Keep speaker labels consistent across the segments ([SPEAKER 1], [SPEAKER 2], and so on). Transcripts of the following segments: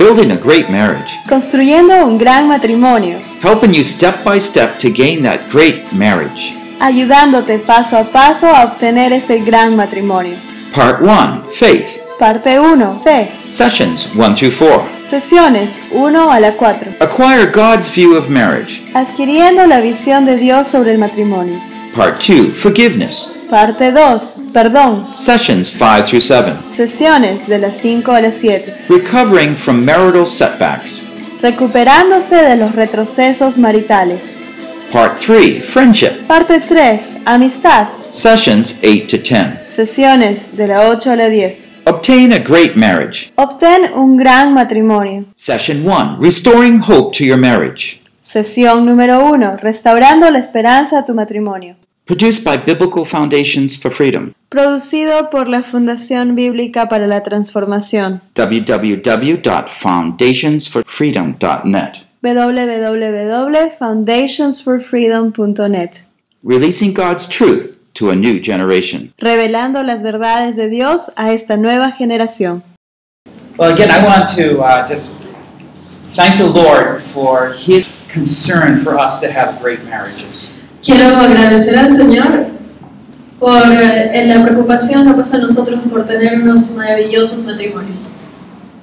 [SPEAKER 1] Building a great marriage,
[SPEAKER 2] construyendo un gran matrimonio,
[SPEAKER 1] helping you step by step to gain that great marriage.
[SPEAKER 2] ayudándote paso a paso a obtener ese gran matrimonio.
[SPEAKER 1] Part 1 Faith,
[SPEAKER 2] Parte 1. Fe.
[SPEAKER 1] Sessions 1 through 4.
[SPEAKER 2] Sesiones 1 a la 4.
[SPEAKER 1] Acquire God's view of marriage.
[SPEAKER 2] Adquiriendo la visión de Dios sobre el matrimonio.
[SPEAKER 1] Part 2 Forgiveness,
[SPEAKER 2] Parte 2. Perdón.
[SPEAKER 1] Sessions 5 through 7.
[SPEAKER 2] Sesiones de las 5 a las 7.
[SPEAKER 1] Recovering from marital setbacks.
[SPEAKER 2] Recuperándose de los retrocesos maritales.
[SPEAKER 1] Part 3 Friendship,
[SPEAKER 2] Parte 3. Amistad.
[SPEAKER 1] Sessions 8 to 10.
[SPEAKER 2] Sesiones de la 8 a la 10.
[SPEAKER 1] Obtain a great marriage.
[SPEAKER 2] Obtén un gran matrimonio.
[SPEAKER 1] Session 1 Restoring hope to your marriage.
[SPEAKER 2] Sesión número 1. Restaurando la esperanza a tu matrimonio.
[SPEAKER 1] Produced by Biblical Foundations for Freedom.
[SPEAKER 2] Producido por la Fundación Bíblica para la Transformación.
[SPEAKER 1] www.foundationsforfreedom.net.
[SPEAKER 2] www.foundationsforfreedom.net.
[SPEAKER 1] Releasing God's truth to a new generation.
[SPEAKER 2] Revelando las verdades de Dios a esta nueva generación.
[SPEAKER 3] Well, again, I want to uh, just thank the Lord for His concern for us to have great marriages.
[SPEAKER 4] Quiero agradecer al Señor por eh, la preocupación que ha puesto en nosotros por tener unos maravillosos matrimonios.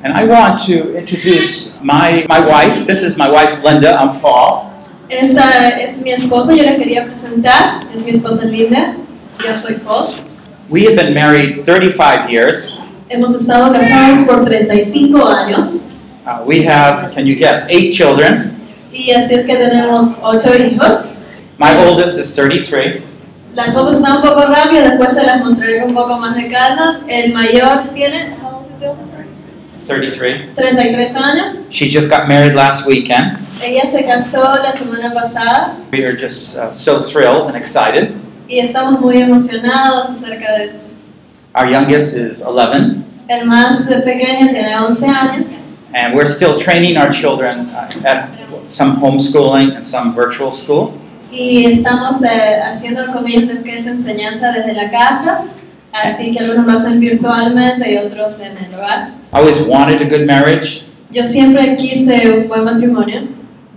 [SPEAKER 3] And I want to introduce my, my wife. This is my wife, Linda. I'm Paul.
[SPEAKER 4] Esta es mi esposa, yo la quería presentar, es mi esposa Linda, yo soy Paul.
[SPEAKER 3] We have been married 35 years.
[SPEAKER 4] Hemos estado casados por 35 años
[SPEAKER 3] Uh, we have, can you guess, eight children.
[SPEAKER 4] y así es que tenemos 8 hijos.
[SPEAKER 3] My oldest is 33.
[SPEAKER 4] Las fotos están un poco rápidas, después se las mostraré con un poco más de calma. El mayor tiene how old is the oldest?
[SPEAKER 3] 33.
[SPEAKER 4] 33 años,
[SPEAKER 3] She just got married last weekend.
[SPEAKER 4] ella se casó la semana pasada
[SPEAKER 3] We are just uh, so thrilled and excited.
[SPEAKER 4] y estamos muy emocionados acerca de eso.
[SPEAKER 3] Our youngest is 11,
[SPEAKER 4] El más pequeño tiene 11 años
[SPEAKER 3] and we're still training our children uh, at some homeschooling and some virtual school.
[SPEAKER 4] y estamos eh, haciendo comillas lo que es enseñanza desde la casa, así que algunos lo hacen virtualmente y otros en el hogar.
[SPEAKER 3] I always wanted a good marriage,
[SPEAKER 4] Yo siempre quise un buen matrimonio,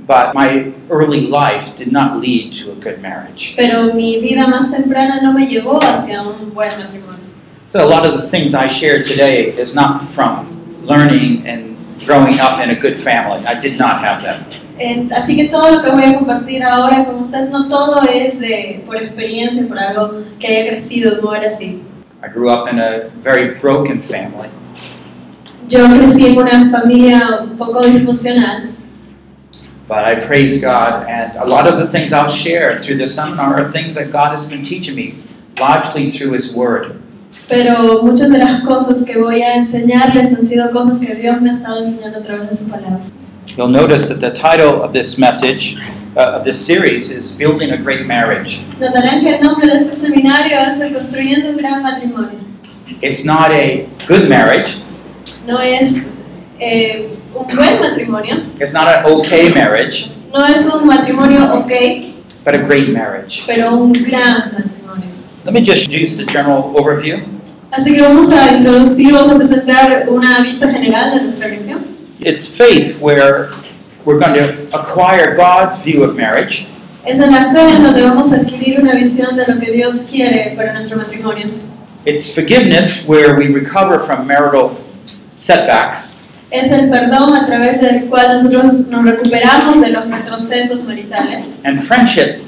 [SPEAKER 3] but my early life did not lead to a good marriage.
[SPEAKER 4] pero mi vida más temprana no me llevó hacia un buen matrimonio.
[SPEAKER 3] So a lot of the things I share today is not from learning and growing up in a good family. I did not have that.
[SPEAKER 4] Eh, Así que todo lo que voy a compartir ahora con ustedes, no todo es de, por experiencia, por algo que haya crecido, no era así.
[SPEAKER 3] I grew up in a very broken family,
[SPEAKER 4] Yo crecí en una familia un poco disfuncional,
[SPEAKER 3] but I praise God. And a lot of the things I'll share through this seminar are things that God has been teaching me, largely through His Word.
[SPEAKER 4] pero muchas de las cosas que voy a enseñarles han sido cosas que Dios me ha estado enseñando a través de su palabra.
[SPEAKER 3] You'll notice that the title of this message, uh, of this series, is Building a Great Marriage.
[SPEAKER 4] Notarán que el nombre de este seminario es el Construyendo un Gran Matrimonio.
[SPEAKER 3] It's not a good marriage.
[SPEAKER 4] No es eh, un buen matrimonio,
[SPEAKER 3] It's not an okay marriage,
[SPEAKER 4] no es un matrimonio ok,
[SPEAKER 3] but a great marriage.
[SPEAKER 4] pero un gran matrimonio.
[SPEAKER 3] Let me just use the general overview.
[SPEAKER 4] Así que vamos a introducir, vamos a presentar una vista general de nuestra lección.
[SPEAKER 3] It's faith where we're going to acquire God's view of marriage,
[SPEAKER 4] Es en la fe en donde vamos a adquirir una visión de lo que Dios quiere para nuestro matrimonio.
[SPEAKER 3] it's forgiveness where we recover from marital setbacks,
[SPEAKER 4] Es el perdón a través del cual nosotros nos recuperamos de los retrocesos maritales.
[SPEAKER 3] and friendship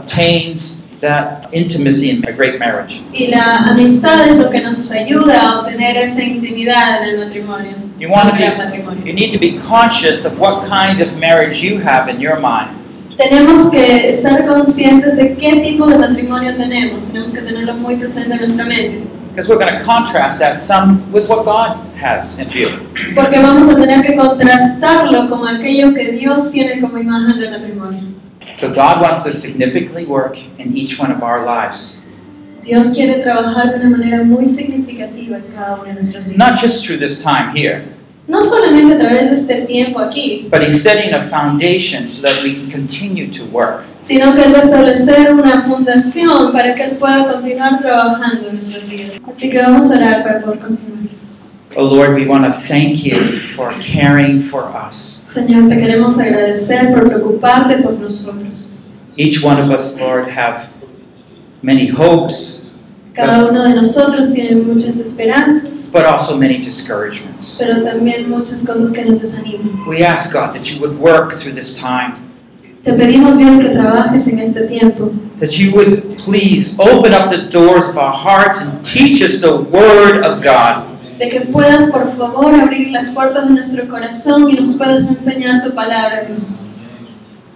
[SPEAKER 3] obtains that intimacy in a great marriage.
[SPEAKER 4] Y la amistad es lo que nos ayuda a obtener esa intimidad en el matrimonio.
[SPEAKER 3] You want to
[SPEAKER 4] en
[SPEAKER 3] be
[SPEAKER 4] el matrimonio.
[SPEAKER 3] You need to be conscious of what kind of marriage you have in your mind.
[SPEAKER 4] Tenemos que estar conscientes de qué tipo de matrimonio tenemos. Tenemos que tenerlo muy presente en nuestra mente.
[SPEAKER 3] Because we're going to contrast that some with what God has in view.
[SPEAKER 4] Porque vamos a tener que contrastarlo con aquello que Dios tiene como imagen del matrimonio.
[SPEAKER 3] So God wants to significantly work in each one of our lives.
[SPEAKER 4] Dios quiere trabajar de una manera muy significativa en cada una de nuestras vidas.
[SPEAKER 3] Not just through this time here,
[SPEAKER 4] No solamente a través de este tiempo aquí,
[SPEAKER 3] but He's setting a foundation so that we can continue to work.
[SPEAKER 4] sino que Él va a establecer una fundación para que Él pueda continuar trabajando en nuestras vidas. Así que vamos a orar para poder continuar.
[SPEAKER 3] Oh Lord, we want to thank you for caring for us.
[SPEAKER 4] Señor, te queremos agradecer por preocuparte por nosotros.
[SPEAKER 3] Each one of us, Lord, have many hopes,
[SPEAKER 4] Cada uno de nosotros tiene muchas esperanzas,
[SPEAKER 3] but also many discouragements.
[SPEAKER 4] pero también muchas cosas que nos desaniman.
[SPEAKER 3] We ask God that you would work through this time,
[SPEAKER 4] Te pedimos, Dios, que trabajes en este tiempo,
[SPEAKER 3] that you would please open up the doors of our hearts and teach us the word of God.
[SPEAKER 4] de que puedas, por favor, abrir las puertas de nuestro corazón y nos puedas enseñar tu palabra, Dios.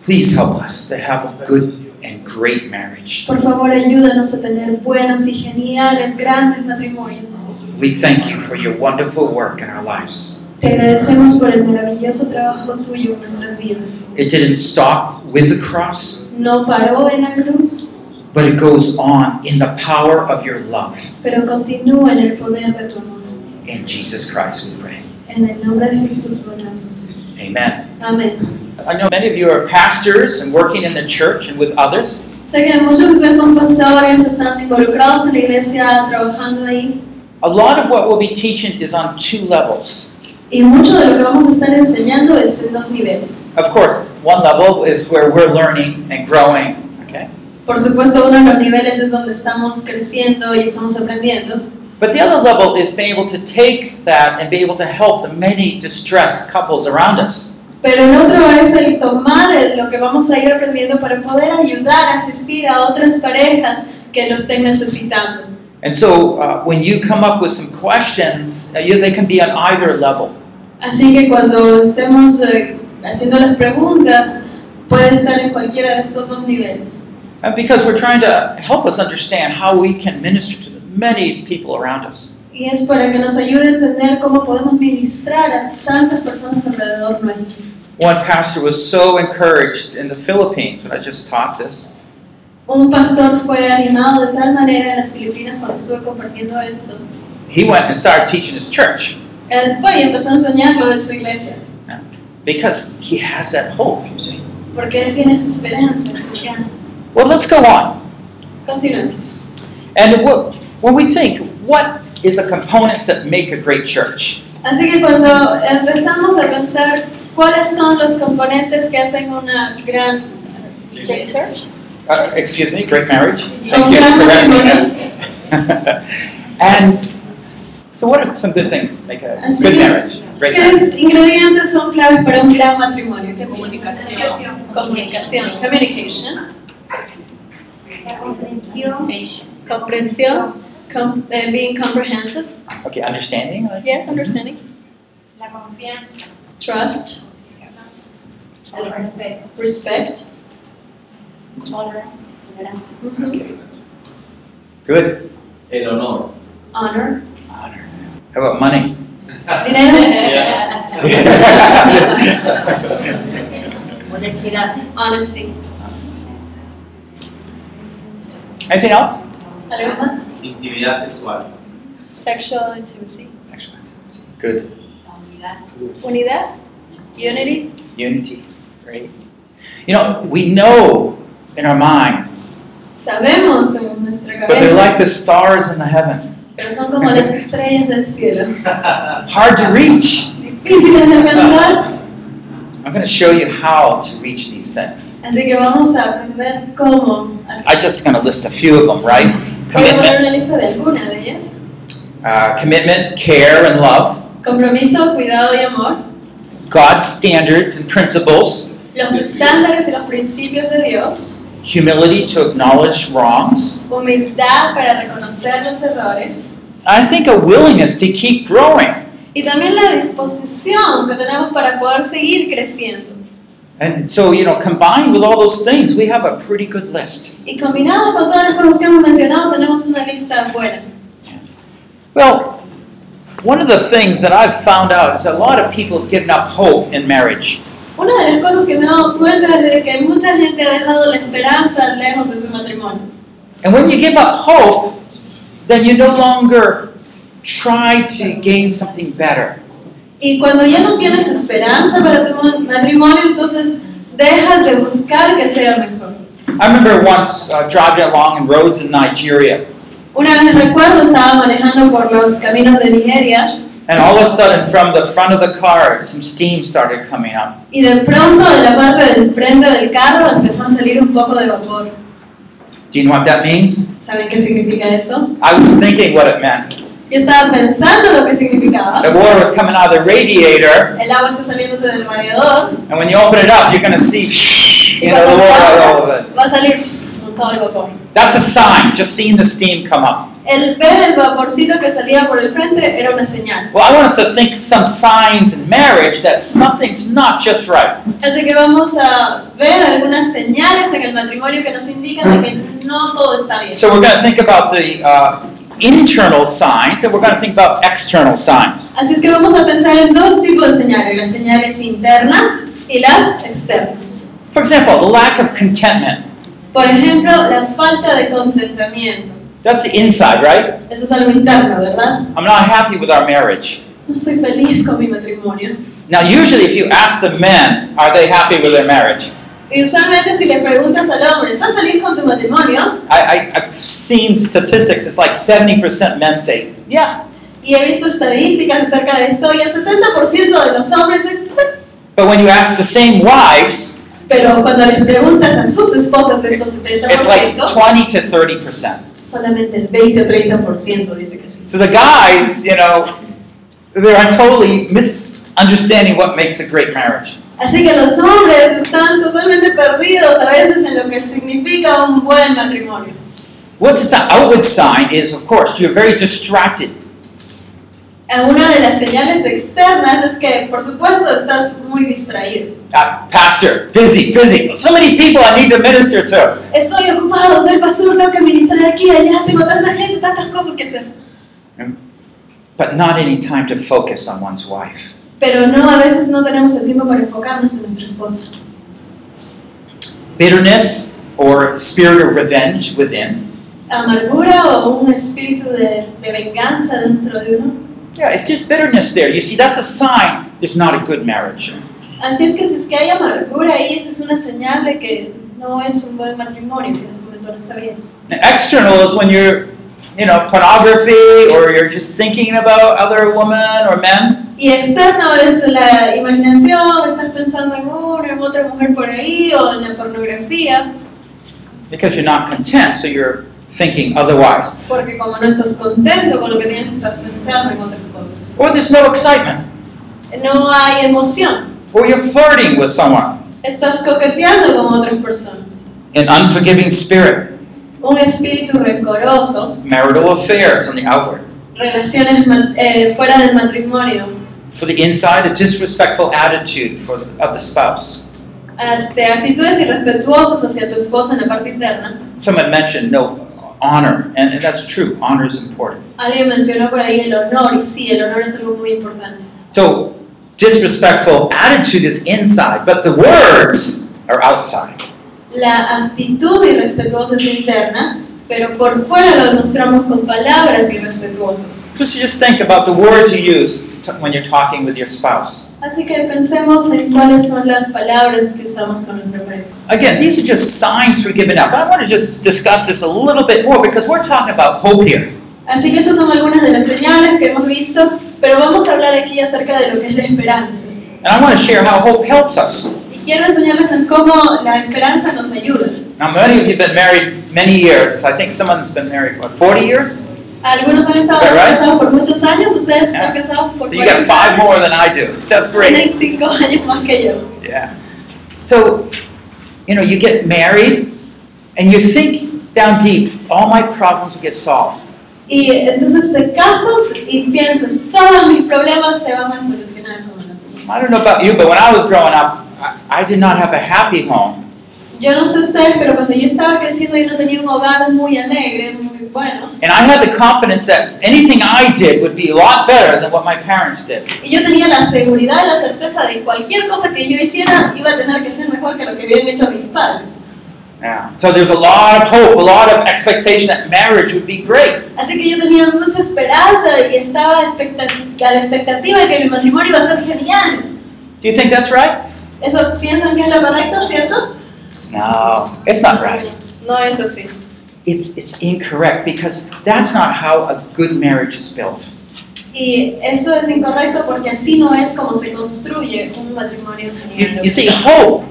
[SPEAKER 3] Please help us to have a good and great marriage.
[SPEAKER 4] Por favor, ayúdanos a tener buenos y geniales, grandes matrimonios.
[SPEAKER 3] We thank you for your wonderful work in our lives.
[SPEAKER 4] Te agradecemos por el maravilloso trabajo tuyo en nuestras vidas.
[SPEAKER 3] It didn't stop with the cross,
[SPEAKER 4] No paró en la cruz,
[SPEAKER 3] but it goes on in the power of your love.
[SPEAKER 4] pero continúa en el poder de tu amor.
[SPEAKER 3] In Jesus Christ we pray.
[SPEAKER 4] En el nombre de Jesús oramos.
[SPEAKER 3] Amen.
[SPEAKER 4] Amén.
[SPEAKER 3] I know many of you are pastors and working in the church and with others.
[SPEAKER 4] Sé que muchos de ustedes son pastores, están involucrados en la iglesia, trabajando ahí.
[SPEAKER 3] A lot of what we'll be teaching is on two levels.
[SPEAKER 4] Y mucho de lo que vamos a estar enseñando es en dos niveles.
[SPEAKER 3] Of course, one level is where we're learning and growing, okay?
[SPEAKER 4] Por supuesto, uno de los niveles es donde estamos creciendo y estamos aprendiendo.
[SPEAKER 3] But the other level is being able to take that and be able to help the many distressed couples around us.
[SPEAKER 4] Pero el otro es el tomar lo que vamos a ir aprendiendo para poder ayudar, asistir a otras parejas que lo estén necesitando.
[SPEAKER 3] And so uh, when you come up with some questions, uh, you, they can be on either level.
[SPEAKER 4] Así que cuando estemos eh, haciendo las preguntas, puede estar en cualquiera de estos dos niveles.
[SPEAKER 3] And Uh, because we're trying to help us understand how we can minister to the many people around us.
[SPEAKER 4] Y es para que nos ayude a entender cómo podemos ministrar a tantas personas alrededor nuestro.
[SPEAKER 3] One pastor was so encouraged in the Philippines when I just taught this.
[SPEAKER 4] Un pastor fue animado de tal manera en las Filipinas cuando estuve compartiendo esto.
[SPEAKER 3] he went and started teaching his church
[SPEAKER 4] Él fue y empezó a enseñarlo en su iglesia,
[SPEAKER 3] because he has that hope, you see.
[SPEAKER 4] porque él tiene esa esperanza, esas ganas.
[SPEAKER 3] Well, let's go on.
[SPEAKER 4] Continuemos.
[SPEAKER 3] And wh- when we think, what is the components that make a great church?
[SPEAKER 4] Así que cuando empezamos a pensar cuáles son los componentes que hacen una gran lecture,
[SPEAKER 3] Uh, excuse me, great marriage.
[SPEAKER 4] un
[SPEAKER 3] Thank you
[SPEAKER 4] gran
[SPEAKER 3] for
[SPEAKER 4] matrimonio.
[SPEAKER 3] recognizing. and so, what are some good things that make a
[SPEAKER 4] I see.
[SPEAKER 3] good marriage? Great
[SPEAKER 4] ¿Qué
[SPEAKER 3] marriage.
[SPEAKER 4] es- ingredientes son claves para un gran matrimonio? ¿Qué comunicación. Comunicación. Communication. Comprensión. Com- eh, being comprehensive.
[SPEAKER 3] Okay, understanding. like-
[SPEAKER 4] Yes, understanding.
[SPEAKER 5] La confianza.
[SPEAKER 4] Trust.
[SPEAKER 3] Yes.
[SPEAKER 5] El respeto.
[SPEAKER 4] Respect.
[SPEAKER 5] Tolerance. Tolerancia.
[SPEAKER 4] mhm,
[SPEAKER 3] Okay. Good.
[SPEAKER 6] El honor.
[SPEAKER 4] Honor.
[SPEAKER 3] Honor. How about money?
[SPEAKER 4] Dinero.
[SPEAKER 5] Honestidad.
[SPEAKER 4] Honesty.
[SPEAKER 3] Anything else?
[SPEAKER 4] ¿Algo más?
[SPEAKER 6] Intimidad sexual.
[SPEAKER 4] Sexual intimacy.
[SPEAKER 3] Excellent. Good.
[SPEAKER 5] La unidad.
[SPEAKER 4] Unidad. Unity.
[SPEAKER 3] Unity. Great. You know, we know in our minds
[SPEAKER 4] Sabemos en nuestra
[SPEAKER 3] But they're
[SPEAKER 4] cabeza,
[SPEAKER 3] like the stars in the heaven,
[SPEAKER 4] pero son como las estrellas del cielo.
[SPEAKER 3] hard to reach.
[SPEAKER 4] Difíciles de alcanzar,
[SPEAKER 3] I'm going to show you how to reach these things.
[SPEAKER 4] así que vamos a aprender cómo.
[SPEAKER 3] I'm just going to list a few of them, right?
[SPEAKER 4] Voy a poner
[SPEAKER 3] Commitment,
[SPEAKER 4] una lista de algunas de ellas.
[SPEAKER 3] uh, commitment, care, and love.
[SPEAKER 4] Compromiso, cuidado y amor.
[SPEAKER 3] God's standards and principles.
[SPEAKER 4] Los estándares y los principios de Dios.
[SPEAKER 3] Humility to acknowledge wrongs.
[SPEAKER 4] Humildad para reconocer los errores.
[SPEAKER 3] I think a willingness to keep growing.
[SPEAKER 4] Y también la disposición que tenemos para poder seguir creciendo.
[SPEAKER 3] And so, you know, combined with all those things, we have a pretty good list.
[SPEAKER 4] Y combinado con todas las cosas que hemos mencionado, tenemos una lista buena.
[SPEAKER 3] Well, one of the things that I've found out is a lot of people have given up hope in marriage.
[SPEAKER 4] Una de las cosas que me he dado cuenta es de que mucha gente ha dejado la esperanza lejos de su matrimonio.
[SPEAKER 3] And when you give up hope, then you no longer try to gain something better.
[SPEAKER 4] Y cuando ya no tienes esperanza para tu mon- matrimonio, entonces dejas de buscar que sea mejor.
[SPEAKER 3] I remember once uh, driving along in roads in Nigeria,
[SPEAKER 4] Una vez recuerdo, estaba manejando por los caminos de Nigeria
[SPEAKER 3] and And all of a sudden, from the front of the car, some steam started coming up.
[SPEAKER 4] Y de pronto de la parte del frente del carro empezó a salir un poco de vapor.
[SPEAKER 3] Do you know what that means?
[SPEAKER 4] ¿Saben qué significa eso?
[SPEAKER 3] I was thinking what it meant.
[SPEAKER 4] Yo estaba pensando lo que significaba.
[SPEAKER 3] The water was coming out of the radiator,
[SPEAKER 4] El agua está saliéndose del radiador,
[SPEAKER 3] and when you open it up, you're going to see, you know, the water all over it.
[SPEAKER 4] va a salir con todo el vapor.
[SPEAKER 3] That's a sign, just seeing the steam come up.
[SPEAKER 4] El ver el vaporcito que salía por el frente era una señal.
[SPEAKER 3] Well, I want us to think some signs in marriage that something's not just right.
[SPEAKER 4] Así que vamos a ver algunas señales en el matrimonio que nos indican de que no todo está bien.
[SPEAKER 3] So we're going to think about the uh, internal signs, and we're going to think about external signs.
[SPEAKER 4] Así es que vamos a pensar en dos tipos de señales, las señales internas y las externas.
[SPEAKER 3] For example, the lack of contentment.
[SPEAKER 4] Por ejemplo, la falta de contentamiento.
[SPEAKER 3] That's the inside, right?
[SPEAKER 4] Eso es algo interno, ¿verdad?
[SPEAKER 3] I'm not happy with our marriage.
[SPEAKER 4] No estoy feliz con mi matrimonio.
[SPEAKER 3] Now, usually, if you ask the men, are they happy with their marriage?
[SPEAKER 4] Y usualmente si le preguntas al hombre, ¿estás feliz con tu matrimonio?
[SPEAKER 3] I, I, I've seen statistics, it's like 70% men say, yeah.
[SPEAKER 4] Y he visto estadísticas acerca de esto y el 70% de los hombres dicen, "Sí".
[SPEAKER 3] But when you ask the same wives,
[SPEAKER 4] pero cuando les preguntas a sus esposas de estos 70%,
[SPEAKER 3] It's like 20 to 30 percent.
[SPEAKER 4] Solamente el 20 o 30% dice que sí.
[SPEAKER 3] So the guys, you know, they're totally misunderstanding what makes a great marriage.
[SPEAKER 4] Así que los hombres están totalmente perdidos a veces en lo que significa un buen matrimonio.
[SPEAKER 3] What's an outward sign is, of course, you're very distracted.
[SPEAKER 4] Eh, Una de las señales externas es que, por supuesto, estás muy distraído.
[SPEAKER 3] Uh, pastor, busy, busy. So many people I need to minister to.
[SPEAKER 4] Estoy ocupado, soy pastor, tengo que ministrar aquí, allá, tengo tanta gente, tantas cosas que hacer.
[SPEAKER 3] But not any time to focus on one's wife.
[SPEAKER 4] Pero no, a veces no tenemos el tiempo para enfocarnos en nuestro esposo.
[SPEAKER 3] Bitterness or spirit of revenge within.
[SPEAKER 4] Amargura o un espíritu de, de venganza dentro de uno.
[SPEAKER 3] Yeah, if there's bitterness there, you see, that's a sign there's not a good marriage.
[SPEAKER 4] Así es que si es que hay amargura ahí, eso es una señal de que no es un buen matrimonio, que en ese momento no está bien.
[SPEAKER 3] The external is when you're, you know, pornography or you're just thinking about other women or men.
[SPEAKER 4] Y externo es la imaginación, estás pensando en una, en otra mujer por ahí, o en la pornografía,
[SPEAKER 3] Because you're not content, so you're thinking otherwise.
[SPEAKER 4] porque como no estás contento con lo que tienes, estás pensando en otras cosas.
[SPEAKER 3] Or there's no excitement.
[SPEAKER 4] No hay emoción,
[SPEAKER 3] Or you're flirting with someone.
[SPEAKER 4] estás coqueteando con otras personas.
[SPEAKER 3] An unforgiving spirit.
[SPEAKER 4] Un espíritu rencoroso,
[SPEAKER 3] Marital affairs on the outward.
[SPEAKER 4] relaciones ma- eh, fuera del matrimonio,
[SPEAKER 3] For the inside, a disrespectful attitude for the, of the spouse.
[SPEAKER 4] este, actitudes irrespetuosas hacia tu esposa en la parte interna.
[SPEAKER 3] Someone mentioned no honor, and, and that's true. Honor is important.
[SPEAKER 4] Alguien mencionó por ahí el honor, y sí, el honor es algo muy importante.
[SPEAKER 3] So, disrespectful attitude is inside, but the words are outside.
[SPEAKER 4] La actitud irrespetuosa es interna, pero por fuera lo mostramos con palabras irrespetuosas.
[SPEAKER 3] So just think about the words you use t- when you're talking with your spouse.
[SPEAKER 4] Así que pensemos en cuáles son las palabras que usamos con nuestra pareja.
[SPEAKER 3] Again, these are just signs for giving up. But I want to just discuss this a little bit more because we're talking about hope here.
[SPEAKER 4] Así que estas son algunas de las señales que hemos visto, pero vamos a hablar aquí acerca de lo que es la esperanza.
[SPEAKER 3] And I want to share how hope helps us.
[SPEAKER 4] Y quiero enseñarles en cómo la esperanza nos ayuda.
[SPEAKER 3] Now, many of you have been married many years. I think someone's been married, what, 40 years?
[SPEAKER 4] Algunos han estado
[SPEAKER 3] Is that right?
[SPEAKER 4] casados por muchos años, ustedes están casados por
[SPEAKER 3] So you got
[SPEAKER 4] 40
[SPEAKER 3] five
[SPEAKER 4] años.
[SPEAKER 3] more than I do. That's great.
[SPEAKER 4] Tienen cinco años más que yo.
[SPEAKER 3] Yeah. So, you know, you get married and you think down deep, all my problems will get solved.
[SPEAKER 4] Y entonces te casas y piensas, todos mis problemas se van a solucionar con el matrimonio.
[SPEAKER 3] I don't know about you, but when I was growing up, I, I did not have a happy home.
[SPEAKER 4] Yo no sé ustedes, pero cuando yo estaba creciendo yo no tenía un hogar muy alegre, muy bueno.
[SPEAKER 3] And I had the confidence that anything I did would be a lot better than what my parents did.
[SPEAKER 4] Y yo tenía la seguridad y la certeza de cualquier cosa que yo hiciera iba a tener que ser mejor que lo que habían hecho mis padres.
[SPEAKER 3] Yeah. So there's a lot of hope, a lot of expectation that marriage would be great.
[SPEAKER 4] Así que yo tenía mucha esperanza y estaba expecta- a la expectativa de que mi matrimonio iba a ser genial.
[SPEAKER 3] Do you think that's right?
[SPEAKER 4] ¿Eso piensan que es lo correcto, cierto?
[SPEAKER 3] No, it's not right.
[SPEAKER 4] No es así.
[SPEAKER 3] It's, it's incorrect because that's not how a good marriage is built.
[SPEAKER 4] Y eso es incorrecto porque así no es como se construye un matrimonio
[SPEAKER 3] You,
[SPEAKER 4] genuino.
[SPEAKER 3] you see, hope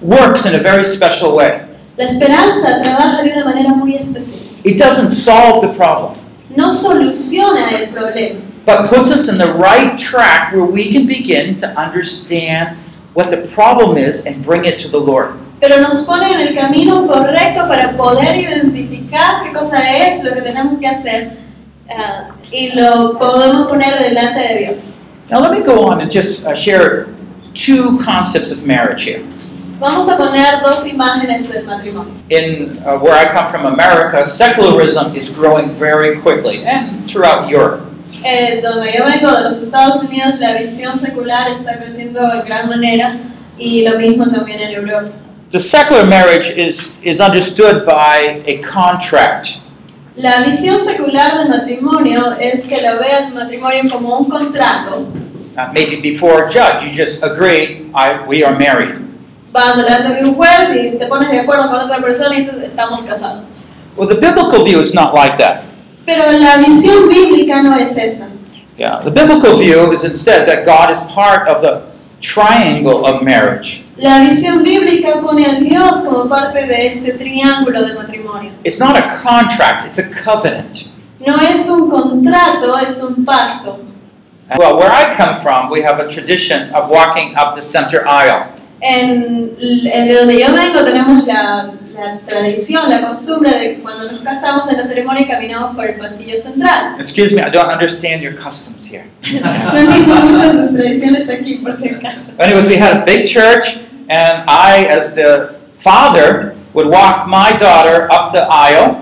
[SPEAKER 3] works in a very special way.
[SPEAKER 4] La esperanza trabaja de una manera muy específica.
[SPEAKER 3] It doesn't solve the problem,
[SPEAKER 4] No soluciona el problema,
[SPEAKER 3] but puts us in the right track where we can begin to understand what the problem is and bring it to the Lord.
[SPEAKER 4] pero nos pone en el camino correcto para poder identificar qué cosa es lo que tenemos que hacer ah, y lo podemos poner delante de Dios.
[SPEAKER 3] Now, let me go on and just uh, share two concepts of marriage here.
[SPEAKER 4] Vamos a poner dos imágenes del matrimonio.
[SPEAKER 3] in uh, where I come from, America, secularism is growing very quickly, and throughout Europe.
[SPEAKER 4] Eh, donde yo vengo, de los Estados Unidos, la visión secular está creciendo en gran manera y lo mismo también en Europa.
[SPEAKER 3] The secular marriage is, is understood by a contract.
[SPEAKER 4] La visión secular del matrimonio es que lo vea el matrimonio como un contrato.
[SPEAKER 3] Uh, maybe before a judge, you just agree, I, we are married.
[SPEAKER 4] Vas delante de un juez y te pones de acuerdo con otra persona y dices, estamos casados.
[SPEAKER 3] Well, the biblical view is not like that.
[SPEAKER 4] Pero la visión bíblica no es esa.
[SPEAKER 3] Yeah. The biblical view is instead that God is part of the triangle of marriage.
[SPEAKER 4] La visión bíblica pone a Dios como parte de este triángulo del matrimonio.
[SPEAKER 3] It's not a contract, it's a covenant.
[SPEAKER 4] No es un contrato, es un pacto.
[SPEAKER 3] Well, where I come from, we have a tradition of walking up the center aisle.
[SPEAKER 4] En, en de donde yo vengo tenemos la, la tradición, la costumbre de que cuando nos casamos en la ceremonia caminamos por el pasillo central.
[SPEAKER 3] Excuse me, I don't understand your customs here.
[SPEAKER 4] No entiendo muchas de sus tradiciones aquí, por si acaso.
[SPEAKER 3] Anyways, we had a big church, and I, as the father, would walk my daughter up the aisle,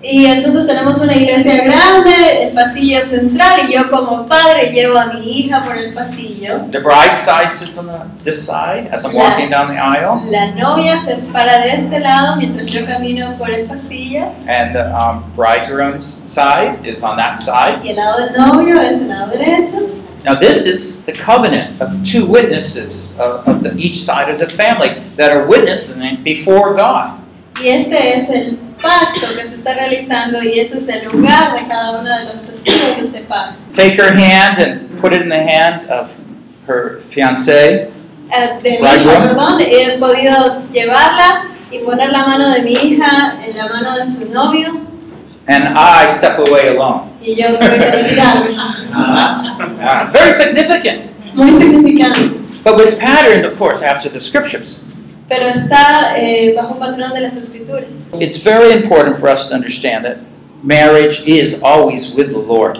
[SPEAKER 4] Y entonces tenemos una iglesia grande, el pasillo central, y yo como padre llevo a mi hija por el pasillo.
[SPEAKER 3] the bride side sits on the, this side as I'm walking down the aisle,
[SPEAKER 4] La novia se para de este lado mientras yo camino por el pasillo,
[SPEAKER 3] and the um, bridegroom's side is on that side.
[SPEAKER 4] y el lado del novio es el lado derecho.
[SPEAKER 3] Now, this is the covenant of two witnesses of, of the, each side of the family that are witnessing before God.
[SPEAKER 4] Y este es el pacto que se está realizando, y ese es el lugar de cada uno de los testigos de este pacto.
[SPEAKER 3] Take her hand and put it in the hand of her fiance.
[SPEAKER 4] Eh, de mi hija,
[SPEAKER 3] Bridegroom.
[SPEAKER 4] perdón, he podido llevarla y poner la mano de mi hija en la mano de su novio.
[SPEAKER 3] and I step away alone.
[SPEAKER 4] Y yo tuve que retirarme.
[SPEAKER 3] Ah, very significant.
[SPEAKER 4] Muy significante.
[SPEAKER 3] But it's patterned, of course, after the scriptures.
[SPEAKER 4] Pero está eh, bajo un patrón de las escrituras.
[SPEAKER 3] It's very important for us to understand that marriage is always with the Lord.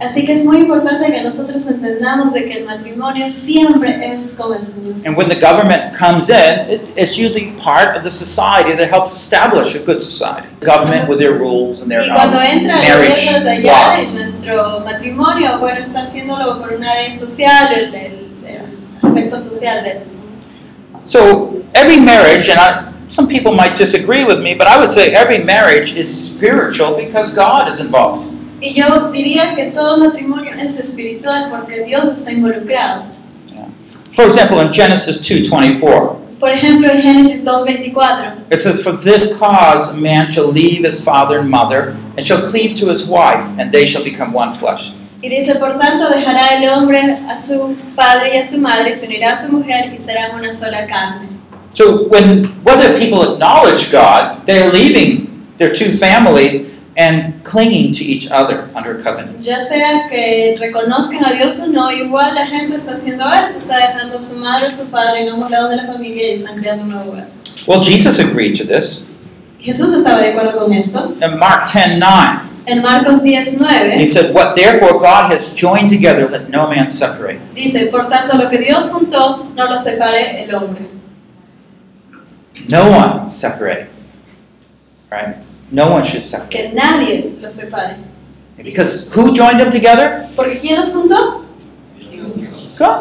[SPEAKER 4] Así que es muy importante que nosotros entendamos de que el matrimonio siempre es con el Señor.
[SPEAKER 3] And when the government comes in, it, it's usually part of the society that helps establish a good society. Government with their rules and their
[SPEAKER 4] Y
[SPEAKER 3] um,
[SPEAKER 4] cuando entra el
[SPEAKER 3] marriage
[SPEAKER 4] gobierno de allá en
[SPEAKER 3] laws.
[SPEAKER 4] nuestro matrimonio, bueno, está haciéndolo por un área social, el, el- el aspecto social de esto.
[SPEAKER 3] So every marriage, and I, some people might disagree with me, but I would say every marriage is spiritual because God is involved.
[SPEAKER 4] Y yo diría que todo matrimonio es espiritual porque Dios está involucrado.
[SPEAKER 3] For example, in Genesis 2:24,
[SPEAKER 4] Por ejemplo, en Génesis 2.24.
[SPEAKER 3] it says, "For this cause a man shall leave his father and mother, and shall cleave to his wife, and they shall become one flesh."
[SPEAKER 4] Y dice, por tanto, dejará el hombre a su padre y a su madre, y se unirá a su mujer y serán una sola carne.
[SPEAKER 3] So when whether people acknowledge God, they're leaving their two families and clinging to each other under covenant.
[SPEAKER 4] Ya sea que reconozcan a Dios o no, igual la gente está haciendo eso, está dejando a su madre y a su padre en ambos lados de la familia y están creando un nuevo hogar.
[SPEAKER 3] Well, Jesus agreed to this
[SPEAKER 4] Jesús estaba de acuerdo con esto.
[SPEAKER 3] in Mark 10:9.
[SPEAKER 4] En Marcos
[SPEAKER 3] He
[SPEAKER 4] 19
[SPEAKER 3] said, "What therefore God has joined together, let no man separate."
[SPEAKER 4] dice, por tanto, lo que Dios juntó, no lo separe el hombre.
[SPEAKER 3] No one separate. Right? No one should separate.
[SPEAKER 4] Que nadie lo separe.
[SPEAKER 3] Because who joined them together?
[SPEAKER 4] Porque ¿quién los juntó?
[SPEAKER 3] God.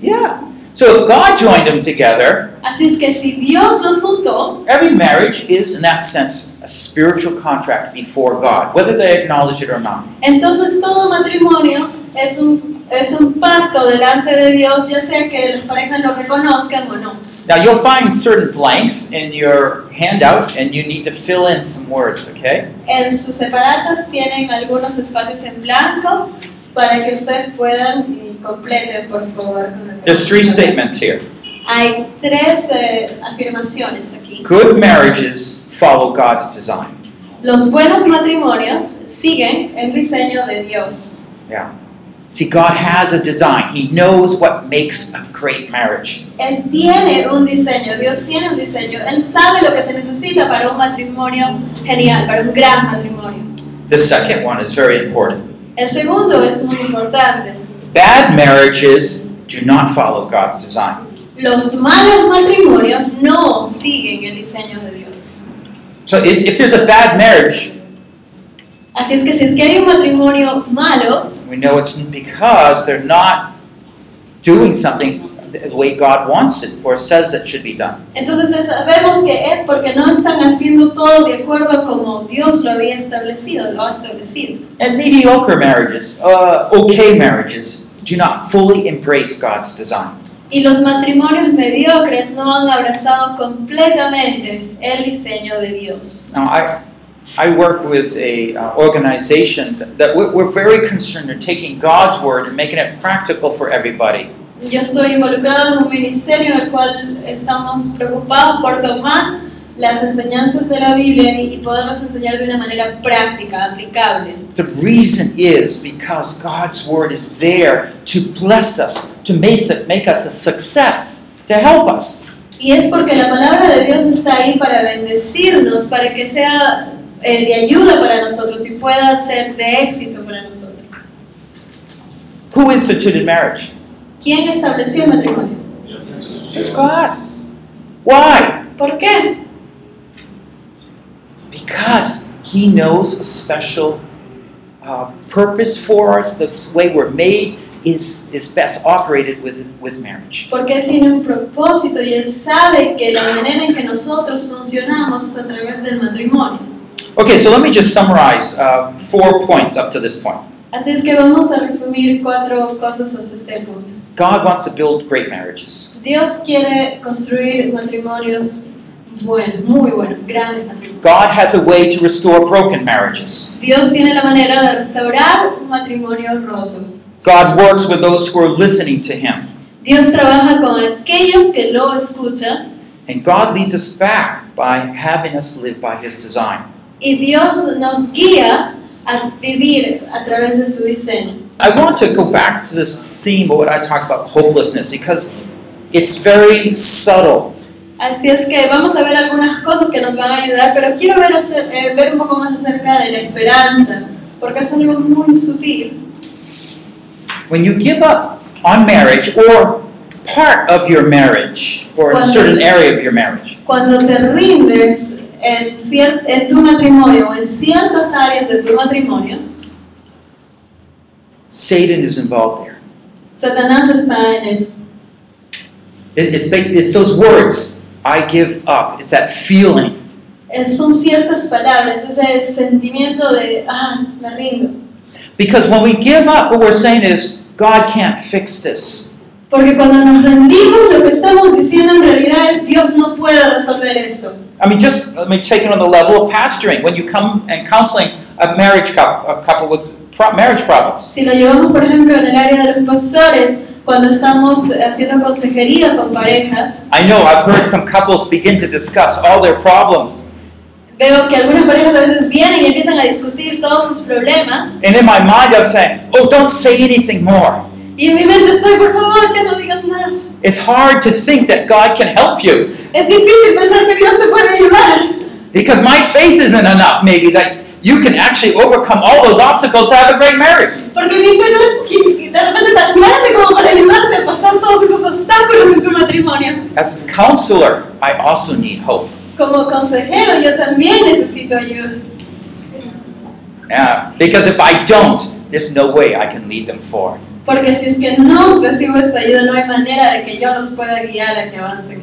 [SPEAKER 3] Yeah. So if God joined them together,
[SPEAKER 4] Así es que si Dios los juntó,
[SPEAKER 3] every marriage is, in that sense, a spiritual contract before God, whether they acknowledge it or not.
[SPEAKER 4] Entonces todo matrimonio es un, es un pacto delante de Dios, ya sea que las parejas lo reconozcan o no.
[SPEAKER 3] Now, you'll find certain blanks in your handout, and you need to fill in some words, okay?
[SPEAKER 4] En sus separatas tienen algunos espacios en blanco para que ustedes puedan y completen, por favor. Con el-
[SPEAKER 3] There's three statements here.
[SPEAKER 4] Hay tres eh, afirmaciones aquí.
[SPEAKER 3] Good marriages follow God's design.
[SPEAKER 4] Los buenos matrimonios siguen el diseño de Dios.
[SPEAKER 3] See, God has a design. He knows what makes a great marriage.
[SPEAKER 4] Él tiene un diseño, Dios tiene un diseño. Él sabe lo que se necesita para un matrimonio genial, para un gran matrimonio.
[SPEAKER 3] The second one is very important.
[SPEAKER 4] El segundo es muy importante.
[SPEAKER 3] Bad marriages do not follow God's design.
[SPEAKER 4] Los malos matrimonios no siguen el diseño de Dios.
[SPEAKER 3] So if, if there's a bad marriage,
[SPEAKER 4] Así es que si es que hay un matrimonio malo,
[SPEAKER 3] we know it's because they're not doing something the way God wants it or says it should be done.
[SPEAKER 4] entonces es- sabemos que es porque no están haciendo todo de acuerdo a como Dios lo había establecido, lo ha establecido.
[SPEAKER 3] And mediocre marriages, uh, okay marriages, do not fully embrace God's design.
[SPEAKER 4] Y los matrimonios mediocres no han abrazado completamente el diseño de Dios.
[SPEAKER 3] Now, I, I work with a uh, organization that, that we're, we're very concerned in taking God's word and making it practical for everybody.
[SPEAKER 4] Yo estoy involucrada en un ministerio en el cual estamos preocupados por tomar las enseñanzas de la Biblia y y poderlas enseñar de una manera práctica, aplicable.
[SPEAKER 3] The reason is because God's word is there to bless us, to make, it, make us a success, to help us.
[SPEAKER 4] Y es porque la palabra de Dios está ahí para bendecirnos, para que sea eh, de ayuda para nosotros y pueda ser de éxito para nosotros.
[SPEAKER 3] Who instituted marriage?
[SPEAKER 4] ¿Quién estableció el matrimonio?
[SPEAKER 3] It's God. Why?
[SPEAKER 4] ¿Por qué?
[SPEAKER 3] Because He knows a special uh, purpose for us. The way we're made is, is best operated with, with marriage.
[SPEAKER 4] Porque Él tiene un propósito y Él sabe que la manera en que nosotros funcionamos es a través del matrimonio.
[SPEAKER 3] Okay, so let me just summarize uh, four points up to this point.
[SPEAKER 4] Así es que vamos a resumir cuatro cosas hasta este punto.
[SPEAKER 3] God wants to build great marriages.
[SPEAKER 4] Dios quiere construir matrimonios buenos, muy buenos, grandes matrimonios.
[SPEAKER 3] God has a way to restore broken marriages.
[SPEAKER 4] Dios tiene la manera de restaurar un matrimonio roto.
[SPEAKER 3] God works with those who are listening to Him.
[SPEAKER 4] Dios trabaja con aquellos que lo escuchan
[SPEAKER 3] And God leads us back by having us live by His design.
[SPEAKER 4] y Dios nos guía a vivir a través de su diseño.
[SPEAKER 3] I want to go back to this theme of what I talked about hopelessness because it's very subtle.
[SPEAKER 4] Así es que vamos a ver algunas cosas que nos van a ayudar, pero quiero ver, acer- eh, ver un poco más acerca de la esperanza, porque es algo muy sutil.
[SPEAKER 3] When you give up on marriage or part of your marriage or a certain area of your marriage,
[SPEAKER 4] Cuando te rindes en, cier- en tu matrimonio o en ciertas áreas de tu matrimonio,
[SPEAKER 3] Satan is involved there.
[SPEAKER 4] Satanás está en eso.
[SPEAKER 3] It- It's, ba- it's those words, I give up. It's that feeling.
[SPEAKER 4] Eh, Son ciertas palabras, ese sentimiento de, ah, me rindo.
[SPEAKER 3] Because when we give up, what we're saying is, God can't fix this.
[SPEAKER 4] Porque cuando nos rendimos, lo que estamos diciendo en realidad es Dios no puede resolver esto.
[SPEAKER 3] I mean, just let me take it on the level of pastoring. When you come and counseling a marriage couple, a couple with pro- marriage problems,
[SPEAKER 4] Si lo llevamos, por ejemplo, en el área de los pastores, cuando estamos haciendo consejería con parejas,
[SPEAKER 3] I know I've heard some couples begin to discuss all their problems.
[SPEAKER 4] veo que algunas parejas a veces vienen y empiezan a discutir todos sus problemas.
[SPEAKER 3] And in my mind, I'm saying, oh, don't say anything more.
[SPEAKER 4] Y en mi mente estoy, por favor, ya no digas más.
[SPEAKER 3] It's hard to think that God can help you
[SPEAKER 4] Es difícil pensar que Dios te puede ayudar.
[SPEAKER 3] because my faith isn't enough, maybe, that you can actually overcome all those obstacles to have a great marriage.
[SPEAKER 4] Porque mi fe no es que- de repente tan grande como para ayudarte a pasar todos esos obstáculos en tu matrimonio.
[SPEAKER 3] As a counselor, I also need hope.
[SPEAKER 4] Como consejero, yo también necesito ayuda.
[SPEAKER 3] Yeah, because if I don't, there's no way I can lead them forward.
[SPEAKER 4] Porque si es que no recibo esta ayuda, no hay manera de que yo los pueda guiar a que avancen.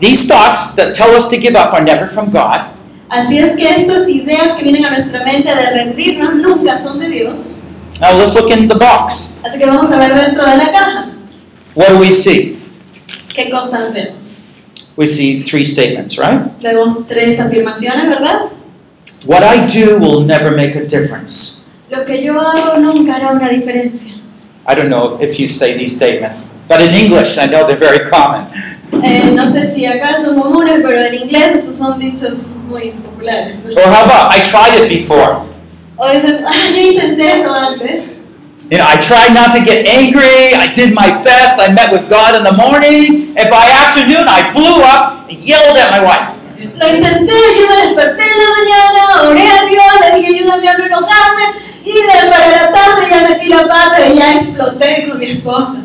[SPEAKER 3] These thoughts that tell us to give up are never from God.
[SPEAKER 4] Así es que estas ideas que vienen a nuestra mente de rendirnos nunca son de Dios.
[SPEAKER 3] Now let's look in the box.
[SPEAKER 4] Así que vamos a ver dentro de la caja
[SPEAKER 3] What do we see?
[SPEAKER 4] qué cosas vemos.
[SPEAKER 3] We see three statements, right?
[SPEAKER 4] Vemos tres afirmaciones, ¿verdad?
[SPEAKER 3] What I do will never make a difference.
[SPEAKER 4] Lo que yo hago nunca hará una diferencia.
[SPEAKER 3] I don't know if you say these statements, but in English, I know they're very common.
[SPEAKER 4] Eh, no sé si acá son comunes, pero en inglés estos son dichos muy populares.
[SPEAKER 3] Or how about, I tried it before.
[SPEAKER 4] O dices, ah, yo intenté eso antes.
[SPEAKER 3] You know, I tried not to get angry. I did my best. I met with God in the morning. And by afternoon, I blew up and yelled at my wife.
[SPEAKER 4] Lo intenté, yo me desperté en la mañana, oré a Dios, le dije, ayúdame a no enojarme. Y de para la tarde ya metí la pata y ya exploté con mi esposa.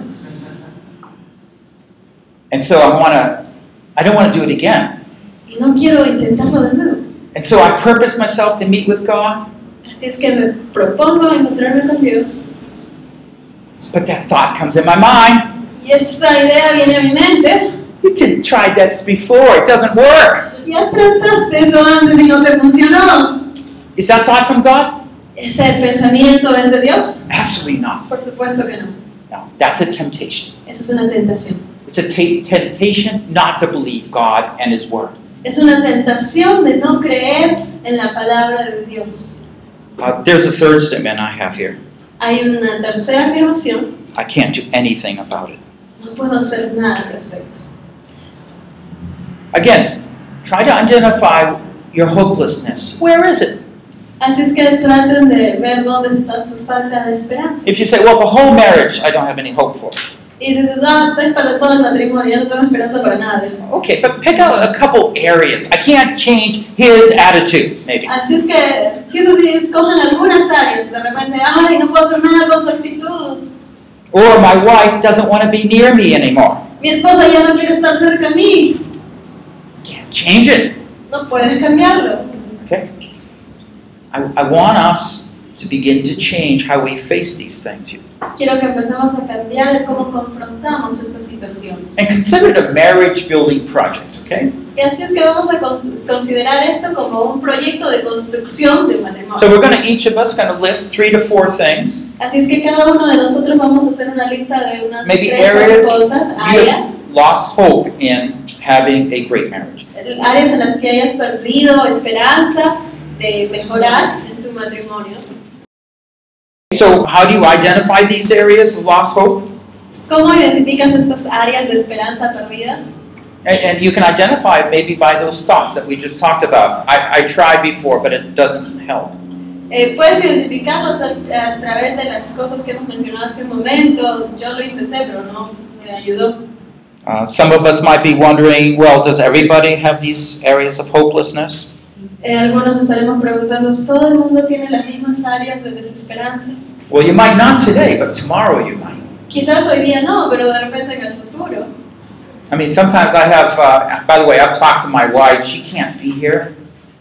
[SPEAKER 3] And so I want to, I don't want to do it again.
[SPEAKER 4] Y no quiero intentarlo de nuevo.
[SPEAKER 3] And so I purpose myself to meet with God.
[SPEAKER 4] Así es que me propongo encontrarme con Dios.
[SPEAKER 3] But that thought comes in my mind.
[SPEAKER 4] Y esa idea viene a mi mente.
[SPEAKER 3] You didn't try this before. It doesn't work.
[SPEAKER 4] Ya trataste eso antes y no te funcionó.
[SPEAKER 3] Is that thought from God?
[SPEAKER 4] ¿Ese pensamiento es de Dios?
[SPEAKER 3] Absolutely not.
[SPEAKER 4] Por supuesto que no.
[SPEAKER 3] No, that's a temptation.
[SPEAKER 4] Eso es una tentación.
[SPEAKER 3] It's a ta- temptation not to believe God and His Word.
[SPEAKER 4] Es una tentación de no creer en la palabra de Dios.
[SPEAKER 3] Uh, there's a third statement I have here.
[SPEAKER 4] Hay una tercera afirmación.
[SPEAKER 3] I can't do anything about it.
[SPEAKER 4] No puedo hacer nada al respecto.
[SPEAKER 3] Again, try to identify your hopelessness. Where is it?
[SPEAKER 4] Así es que traten de ver dónde está su falta de esperanza.
[SPEAKER 3] If you say, well, the whole marriage, I don't have any hope for.
[SPEAKER 4] Y dices, ah, pues para todo el matrimonio, ya no tengo esperanza para nada.
[SPEAKER 3] Okay, but pick out a couple areas. I can't change his attitude, maybe.
[SPEAKER 4] Así es que, si es así, escojan algunas áreas. De repente, ay, no puedo hacer nada con su actitud.
[SPEAKER 3] Or my wife doesn't want to be near me anymore.
[SPEAKER 4] Mi esposa ya no quiere estar cerca a mí.
[SPEAKER 3] Can't change it.
[SPEAKER 4] No puedes cambiarlo.
[SPEAKER 3] I, I want us to begin to change how we face these things.
[SPEAKER 4] Quiero que empecemos a cambiar el cómo confrontamos estas situaciones.
[SPEAKER 3] And consider it a marriage building project, okay?
[SPEAKER 4] Y así es que vamos a con- considerar esto como un proyecto de construcción de
[SPEAKER 3] So
[SPEAKER 4] matrimonio.
[SPEAKER 3] we're going to each of us going to list three to four things.
[SPEAKER 4] Así es que cada uno de nosotros vamos a hacer una lista de unas
[SPEAKER 3] Maybe
[SPEAKER 4] tres
[SPEAKER 3] areas
[SPEAKER 4] cosas,
[SPEAKER 3] you
[SPEAKER 4] áreas,
[SPEAKER 3] have lost hope in having a great marriage.
[SPEAKER 4] áreas en las que hayas perdido esperanza de mejorar en tu matrimonio.
[SPEAKER 3] So, how do you identify these areas of lost hope?
[SPEAKER 4] ¿Cómo identificas estas áreas de esperanza perdida?
[SPEAKER 3] And, and you can identify it maybe by those thoughts that we just talked about. I, I tried before, but it doesn't help.
[SPEAKER 4] Eh, puedes identificarlos a, a través de las cosas que hemos mencionado hace un momento. Yo lo intenté, pero no me ayudó.
[SPEAKER 3] Uh, some of us might be wondering well, does everybody have these areas of hopelessness?
[SPEAKER 4] Eh, algunos estaremos preguntando, ¿todo el mundo tiene las mismas áreas de desesperanza?
[SPEAKER 3] Well, you might not today, but tomorrow you might.
[SPEAKER 4] Quizás hoy día no, pero de repente en el futuro.
[SPEAKER 3] I mean, sometimes I have, uh, by the way, I've talked to my wife, she can't be here.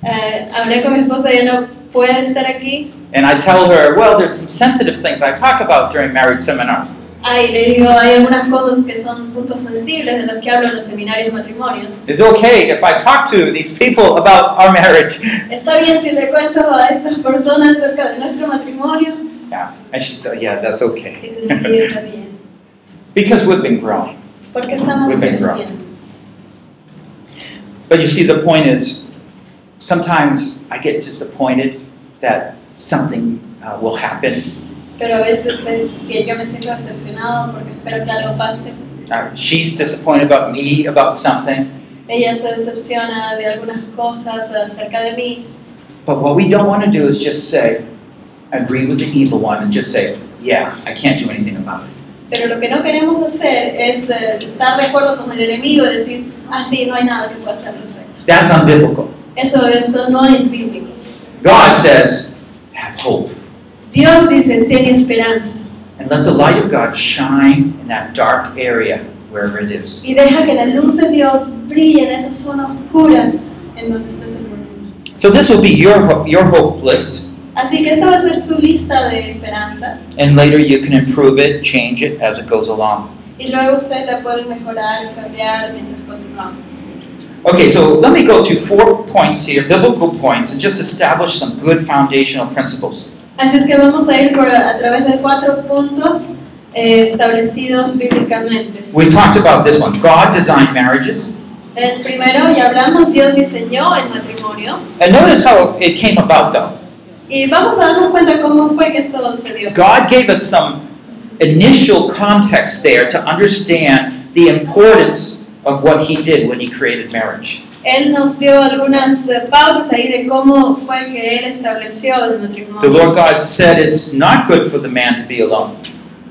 [SPEAKER 4] Eh, hablé con mi esposa, ella no puede estar aquí.
[SPEAKER 3] And I tell her, well, there's some sensitive things I talk about during marriage seminars.
[SPEAKER 4] Ay, le digo, hay algunas cosas que son puntos sensibles de los que hablo en los seminarios de matrimonios.
[SPEAKER 3] It's okay if I talk to these people about our marriage.
[SPEAKER 4] ¿Está bien si le cuento a estas personas acerca de nuestro matrimonio?
[SPEAKER 3] Yeah. And she said, yeah, that's
[SPEAKER 4] Y
[SPEAKER 3] okay.
[SPEAKER 4] dice, sí, está bien.
[SPEAKER 3] Because we've been growing.
[SPEAKER 4] Porque estamos
[SPEAKER 3] We've been growing.
[SPEAKER 4] creciendo.
[SPEAKER 3] But you see, the point is, sometimes I get disappointed that something uh, will happen.
[SPEAKER 4] Pero a veces es que yo me siento decepcionado porque espero que algo pase.
[SPEAKER 3] Uh, she's disappointed about me, about something.
[SPEAKER 4] Ella se decepciona de algunas cosas acerca de mí.
[SPEAKER 3] But what we don't want to do is just say, agree with the evil one and just say, yeah, I can't do anything about it.
[SPEAKER 4] Pero lo que no queremos hacer es eh, estar de acuerdo con el enemigo y decir, ah, sí, no hay nada que pueda hacer al respecto.
[SPEAKER 3] That's unbiblical.
[SPEAKER 4] Eso, eso no es bíblico.
[SPEAKER 3] God says, have hope.
[SPEAKER 4] Dios dice, ten esperanza
[SPEAKER 3] And let the light of God shine in that dark area, wherever it is.
[SPEAKER 4] y deja que la luz de Dios brille en esa zona oscura en donde está ese problema.
[SPEAKER 3] So this will be your, ho- your hope list.
[SPEAKER 4] Así que esta va a ser su lista de esperanza
[SPEAKER 3] And later you can improve it, change it as it goes along.
[SPEAKER 4] y luego ustedes la pueden mejorar, cambiar mientras continuamos.
[SPEAKER 3] Okay, so let me go through four points here, biblical points, and just establish some good foundational principles.
[SPEAKER 4] Así es que vamos a ir por, a través de cuatro puntos eh, establecidos bíblicamente.
[SPEAKER 3] We talked about this one. God designed marriages.
[SPEAKER 4] El primero, ya hablamos, Dios diseñó el matrimonio.
[SPEAKER 3] And notice how it came about, though.
[SPEAKER 4] Y Y vamos a darnos cuenta cómo fue que esto sucedió.
[SPEAKER 3] God gave us some initial context there to understand the importance of what He did when He created marriage.
[SPEAKER 4] Él nos dio algunas eh, pautas ahí de cómo fue que Él estableció el
[SPEAKER 3] The
[SPEAKER 4] matrimonio.
[SPEAKER 3] Lord God said it's not good for the man to be alone.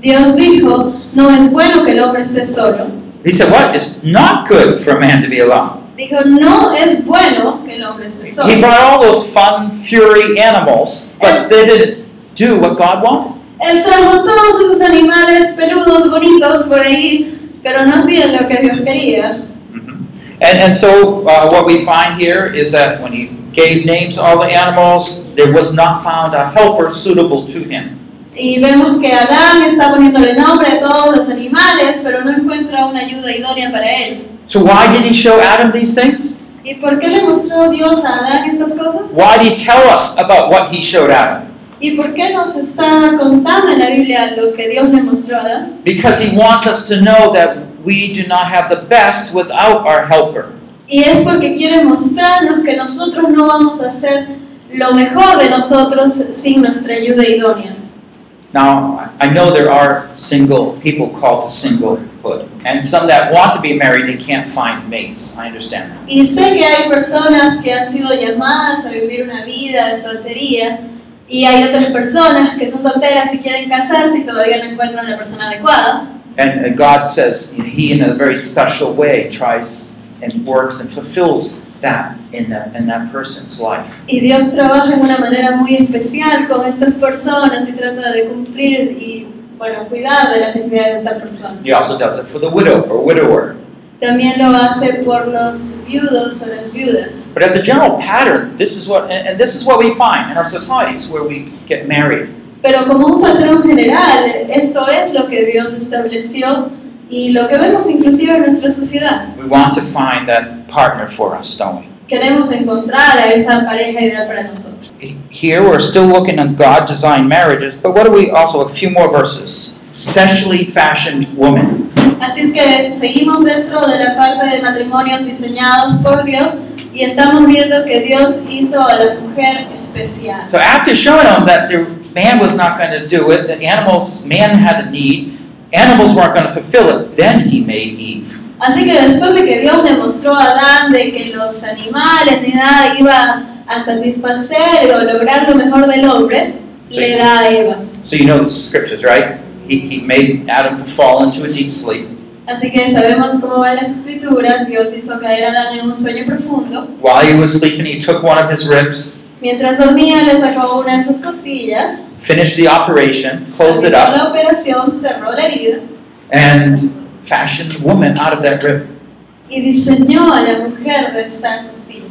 [SPEAKER 4] Dios dijo, no es bueno que el hombre esté solo.
[SPEAKER 3] He said, What? It's not good for a man to be alone.
[SPEAKER 4] Dijo, no es bueno que el hombre esté
[SPEAKER 3] He
[SPEAKER 4] solo.
[SPEAKER 3] brought all those fun, fury animals, but they didn't do what God wanted.
[SPEAKER 4] Él trajo todos esos animales peludos, bonitos, por ahí, pero no hacían lo que Dios quería.
[SPEAKER 3] Mm-hmm. And, and so, uh, what we find here is that when He gave names to all the animals, there was not found a helper suitable to Him.
[SPEAKER 4] Y vemos que Adán está poniéndole nombre a todos los animales, pero no encuentra una ayuda idónea para él.
[SPEAKER 3] So, why did He show Adam these things?
[SPEAKER 4] ¿Y por qué le mostró Dios a Adán estas cosas?
[SPEAKER 3] Why did he tell us about what he showed Adam?
[SPEAKER 4] ¿Y por qué nos está contando en la Biblia lo que Dios le mostró a Adán?
[SPEAKER 3] Because he wants us to know that we do not have the best without our helper.
[SPEAKER 4] Y es porque quiere mostrarnos que nosotros no vamos a hacer lo mejor de nosotros sin nuestra ayuda idónea.
[SPEAKER 3] Now, I know there are single people called to singlehood, and some that want to be married and can't find mates. I understand that.
[SPEAKER 4] Y sé que hay personas que han sido llamadas a vivir una vida de soltería y hay otras personas que son solteras y quieren casarse y todavía no encuentran la persona adecuada.
[SPEAKER 3] And uh, God says he, in a very special way, tries and works and fulfills that in that, in that person's life.
[SPEAKER 4] Y Dios trabaja en una manera muy especial con estas personas y trata de cumplir y, bueno, cuidar de las necesidades de esta persona.
[SPEAKER 3] He also does it for the widow or widower.
[SPEAKER 4] También lo hace por los viudos o las viudas.
[SPEAKER 3] But as a general pattern, this is what, and and this is what we find in our societies where we get married.
[SPEAKER 4] Pero como un patrón general, esto es lo que Dios estableció y lo que vemos inclusive en nuestra sociedad.
[SPEAKER 3] We want to find that partner for us, don't we?
[SPEAKER 4] Queremos encontrar a esa pareja ideal para nosotros.
[SPEAKER 3] He- Here we're still looking at God designed marriages, but what do we also, a few more verses. Specially fashioned woman.
[SPEAKER 4] Así es que seguimos dentro de la parte de matrimonios diseñados por Dios y estamos viendo que Dios hizo a la mujer especial.
[SPEAKER 3] So after showing them that the man was not going to do it, that animals, man had a need, animals weren't going to fulfill it, then he made Eve.
[SPEAKER 4] Así que después de que Dios le mostró a Adán de que los animales ni nada iba a satisfacer o lograr lo mejor del hombre,
[SPEAKER 3] Sí.
[SPEAKER 4] le da a Eva.
[SPEAKER 3] So you know the scriptures, right? He, he made Adam to fall into a deep sleep.
[SPEAKER 4] Así que sabemos cómo van las escrituras, Dios hizo caer a Adán en un sueño profundo,
[SPEAKER 3] While he was sleeping, he took one of his ribs,
[SPEAKER 4] mientras dormía le sacó una de sus costillas,
[SPEAKER 3] finished the operation, closed it up,
[SPEAKER 4] aplicó la operación, cerró la herida
[SPEAKER 3] and fashioned woman out of that rib.
[SPEAKER 4] y diseñó a la mujer de esta costilla.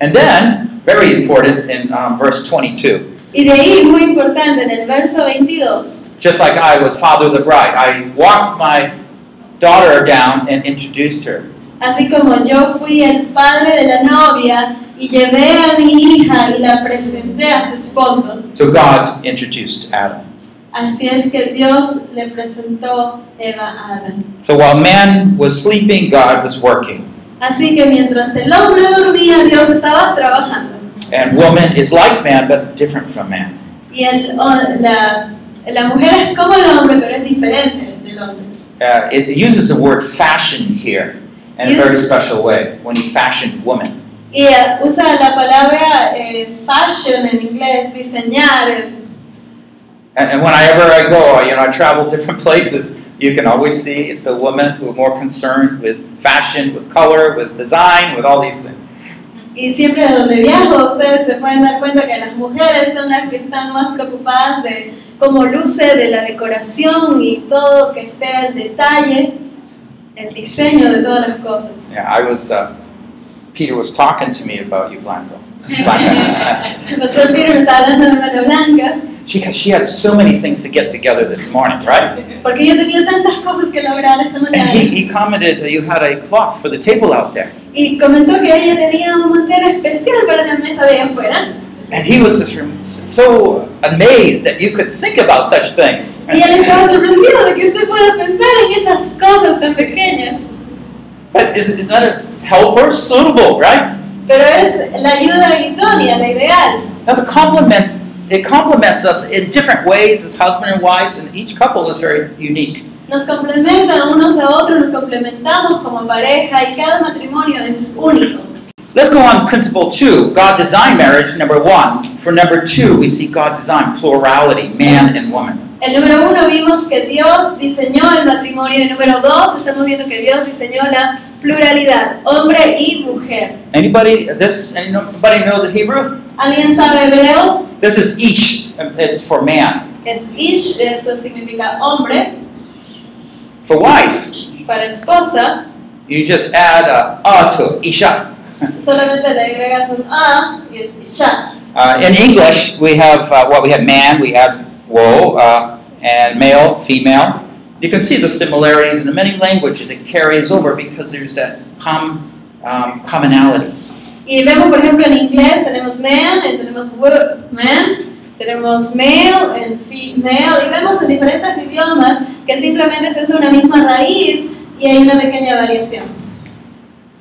[SPEAKER 3] And then, very important in um, verse 22,
[SPEAKER 4] Y de ahí, muy importante, en el verso 22,
[SPEAKER 3] just like I was father of the bride, I walked my daughter down and introduced her.
[SPEAKER 4] así como yo fui el padre de la novia y llevé a mi hija y la presenté a su esposo,
[SPEAKER 3] So God introduced Adam.
[SPEAKER 4] así es que Dios le presentó Eva a Adán.
[SPEAKER 3] So while man was sleeping, God was working.
[SPEAKER 4] Así que mientras el hombre dormía, Dios estaba trabajando.
[SPEAKER 3] And woman is like man, but different from man.
[SPEAKER 4] Y el, o- la, la mujer es como el hombre, pero es diferente del hombre.
[SPEAKER 3] Uh, it uses the word fashion here in a very special way when he fashioned woman.
[SPEAKER 4] Y eh, usa la palabra eh, fashion en inglés, diseñar.
[SPEAKER 3] And, and whenever I go, you know, I travel different places. You can always see it's the women who are more concerned with fashion, with color, with design, with all these things.
[SPEAKER 4] Y siempre donde viajo, ustedes se pueden dar cuenta que las mujeres son las que están más preocupadas de cómo luce, de la decoración y todo que esté al detalle, el diseño de todas las cosas.
[SPEAKER 3] Yeah, I was. Uh, Peter was talking to me about you, Blanco. Blanca.
[SPEAKER 4] El pastor Peter me estaba hablando de mano blanca.
[SPEAKER 3] she she had so many things to get together this morning, right?
[SPEAKER 4] Porque yo tenía tantas cosas que lograr esta
[SPEAKER 3] And
[SPEAKER 4] mañana.
[SPEAKER 3] he, he commented that you had a cloth for the table out there,
[SPEAKER 4] Y comentó que ella tenía un montero especial para la mesa de afuera.
[SPEAKER 3] and he was just rem- so amazed that you could think about such things.
[SPEAKER 4] Y él estaba sorprendido de que usted pueda pensar en esas cosas tan pequeñas.
[SPEAKER 3] But is, is that a helper suitable, right?
[SPEAKER 4] Pero es la ayuda idónea, la ideal.
[SPEAKER 3] Now the compliment it complements us in different ways as husband and wives, and each couple is very unique.
[SPEAKER 4] Nos complementan unos a otros, nos complementamos como pareja y cada matrimonio es único.
[SPEAKER 3] Let's go on principle two. God designed marriage, number one. For number two, we see God designed plurality, man and woman.
[SPEAKER 4] El número uno vimos que Dios diseñó el matrimonio. El número dos estamos viendo que Dios diseñó la pluralidad, hombre y mujer.
[SPEAKER 3] Anybody this anybody know the Hebrew?
[SPEAKER 4] ¿Alguien sabe hebreo?
[SPEAKER 3] This is ish. It's for man.
[SPEAKER 4] Es ish, eso significa hombre,
[SPEAKER 3] For wife,
[SPEAKER 4] para esposa.
[SPEAKER 3] you just add a ah to isha.
[SPEAKER 4] Solamente le agregas un a y es isha.
[SPEAKER 3] Uh, in English, we have uh, well, we have man, we have wo, uh, and male, female. You can see the similarities in many languages. It carries over because there's that com, um, commonality.
[SPEAKER 4] Y vemos, por ejemplo, en inglés tenemos man, eh, tenemos wo- man, tenemos male, and female. Y vemos en diferentes idiomas que simplemente se usa una misma raíz y hay una pequeña variación.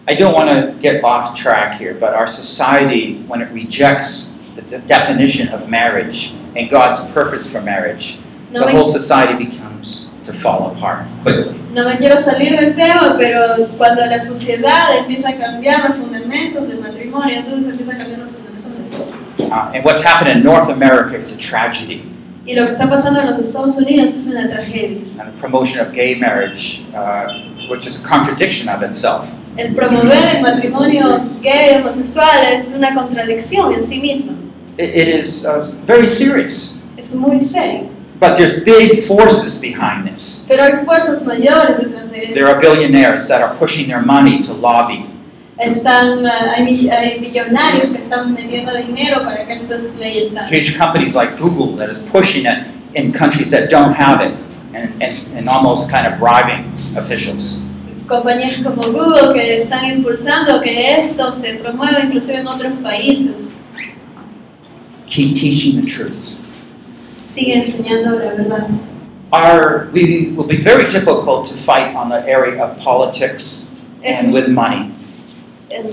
[SPEAKER 3] I don't want to get off track here, but our society, when it rejects the de- definition of marriage and God's purpose for marriage,
[SPEAKER 4] No
[SPEAKER 3] the
[SPEAKER 4] me-
[SPEAKER 3] whole society becomes to fall apart quickly.
[SPEAKER 4] No me quiero salir del tema, pero cuando la sociedad empieza a cambiar los fundamentos del matrimonio, entonces empieza a cambiar los fundamentos de todo.
[SPEAKER 3] Uh, and what's happened in North America is a tragedy.
[SPEAKER 4] Y lo que está pasando en los Estados Unidos es una tragedia.
[SPEAKER 3] And the promotion of gay marriage, uh, which is a contradiction of itself.
[SPEAKER 4] El promover el matrimonio gay homosexual es una contradicción en sí misma.
[SPEAKER 3] It, it is uh, very serious.
[SPEAKER 4] Es muy serio.
[SPEAKER 3] But there's big forces behind this.
[SPEAKER 4] Pero hay fuerzas mayores detrás de
[SPEAKER 3] There
[SPEAKER 4] eso.
[SPEAKER 3] are billionaires that are pushing their money to lobby.
[SPEAKER 4] Están, ah, hay, mi- hay millonarios que están metiendo dinero para que estas leyes salgan.
[SPEAKER 3] huge companies like Google that is pushing it in countries that don't have it and, and, and almost kind of bribing officials.
[SPEAKER 4] compañías como Google que están impulsando que esto se promueva inclusive en otros países.
[SPEAKER 3] Keep teaching the truth.
[SPEAKER 4] Sigue enseñando la verdad.
[SPEAKER 3] Our, we will be very difficult to fight on the area of politics
[SPEAKER 4] Es,
[SPEAKER 3] and with money.
[SPEAKER 4] el-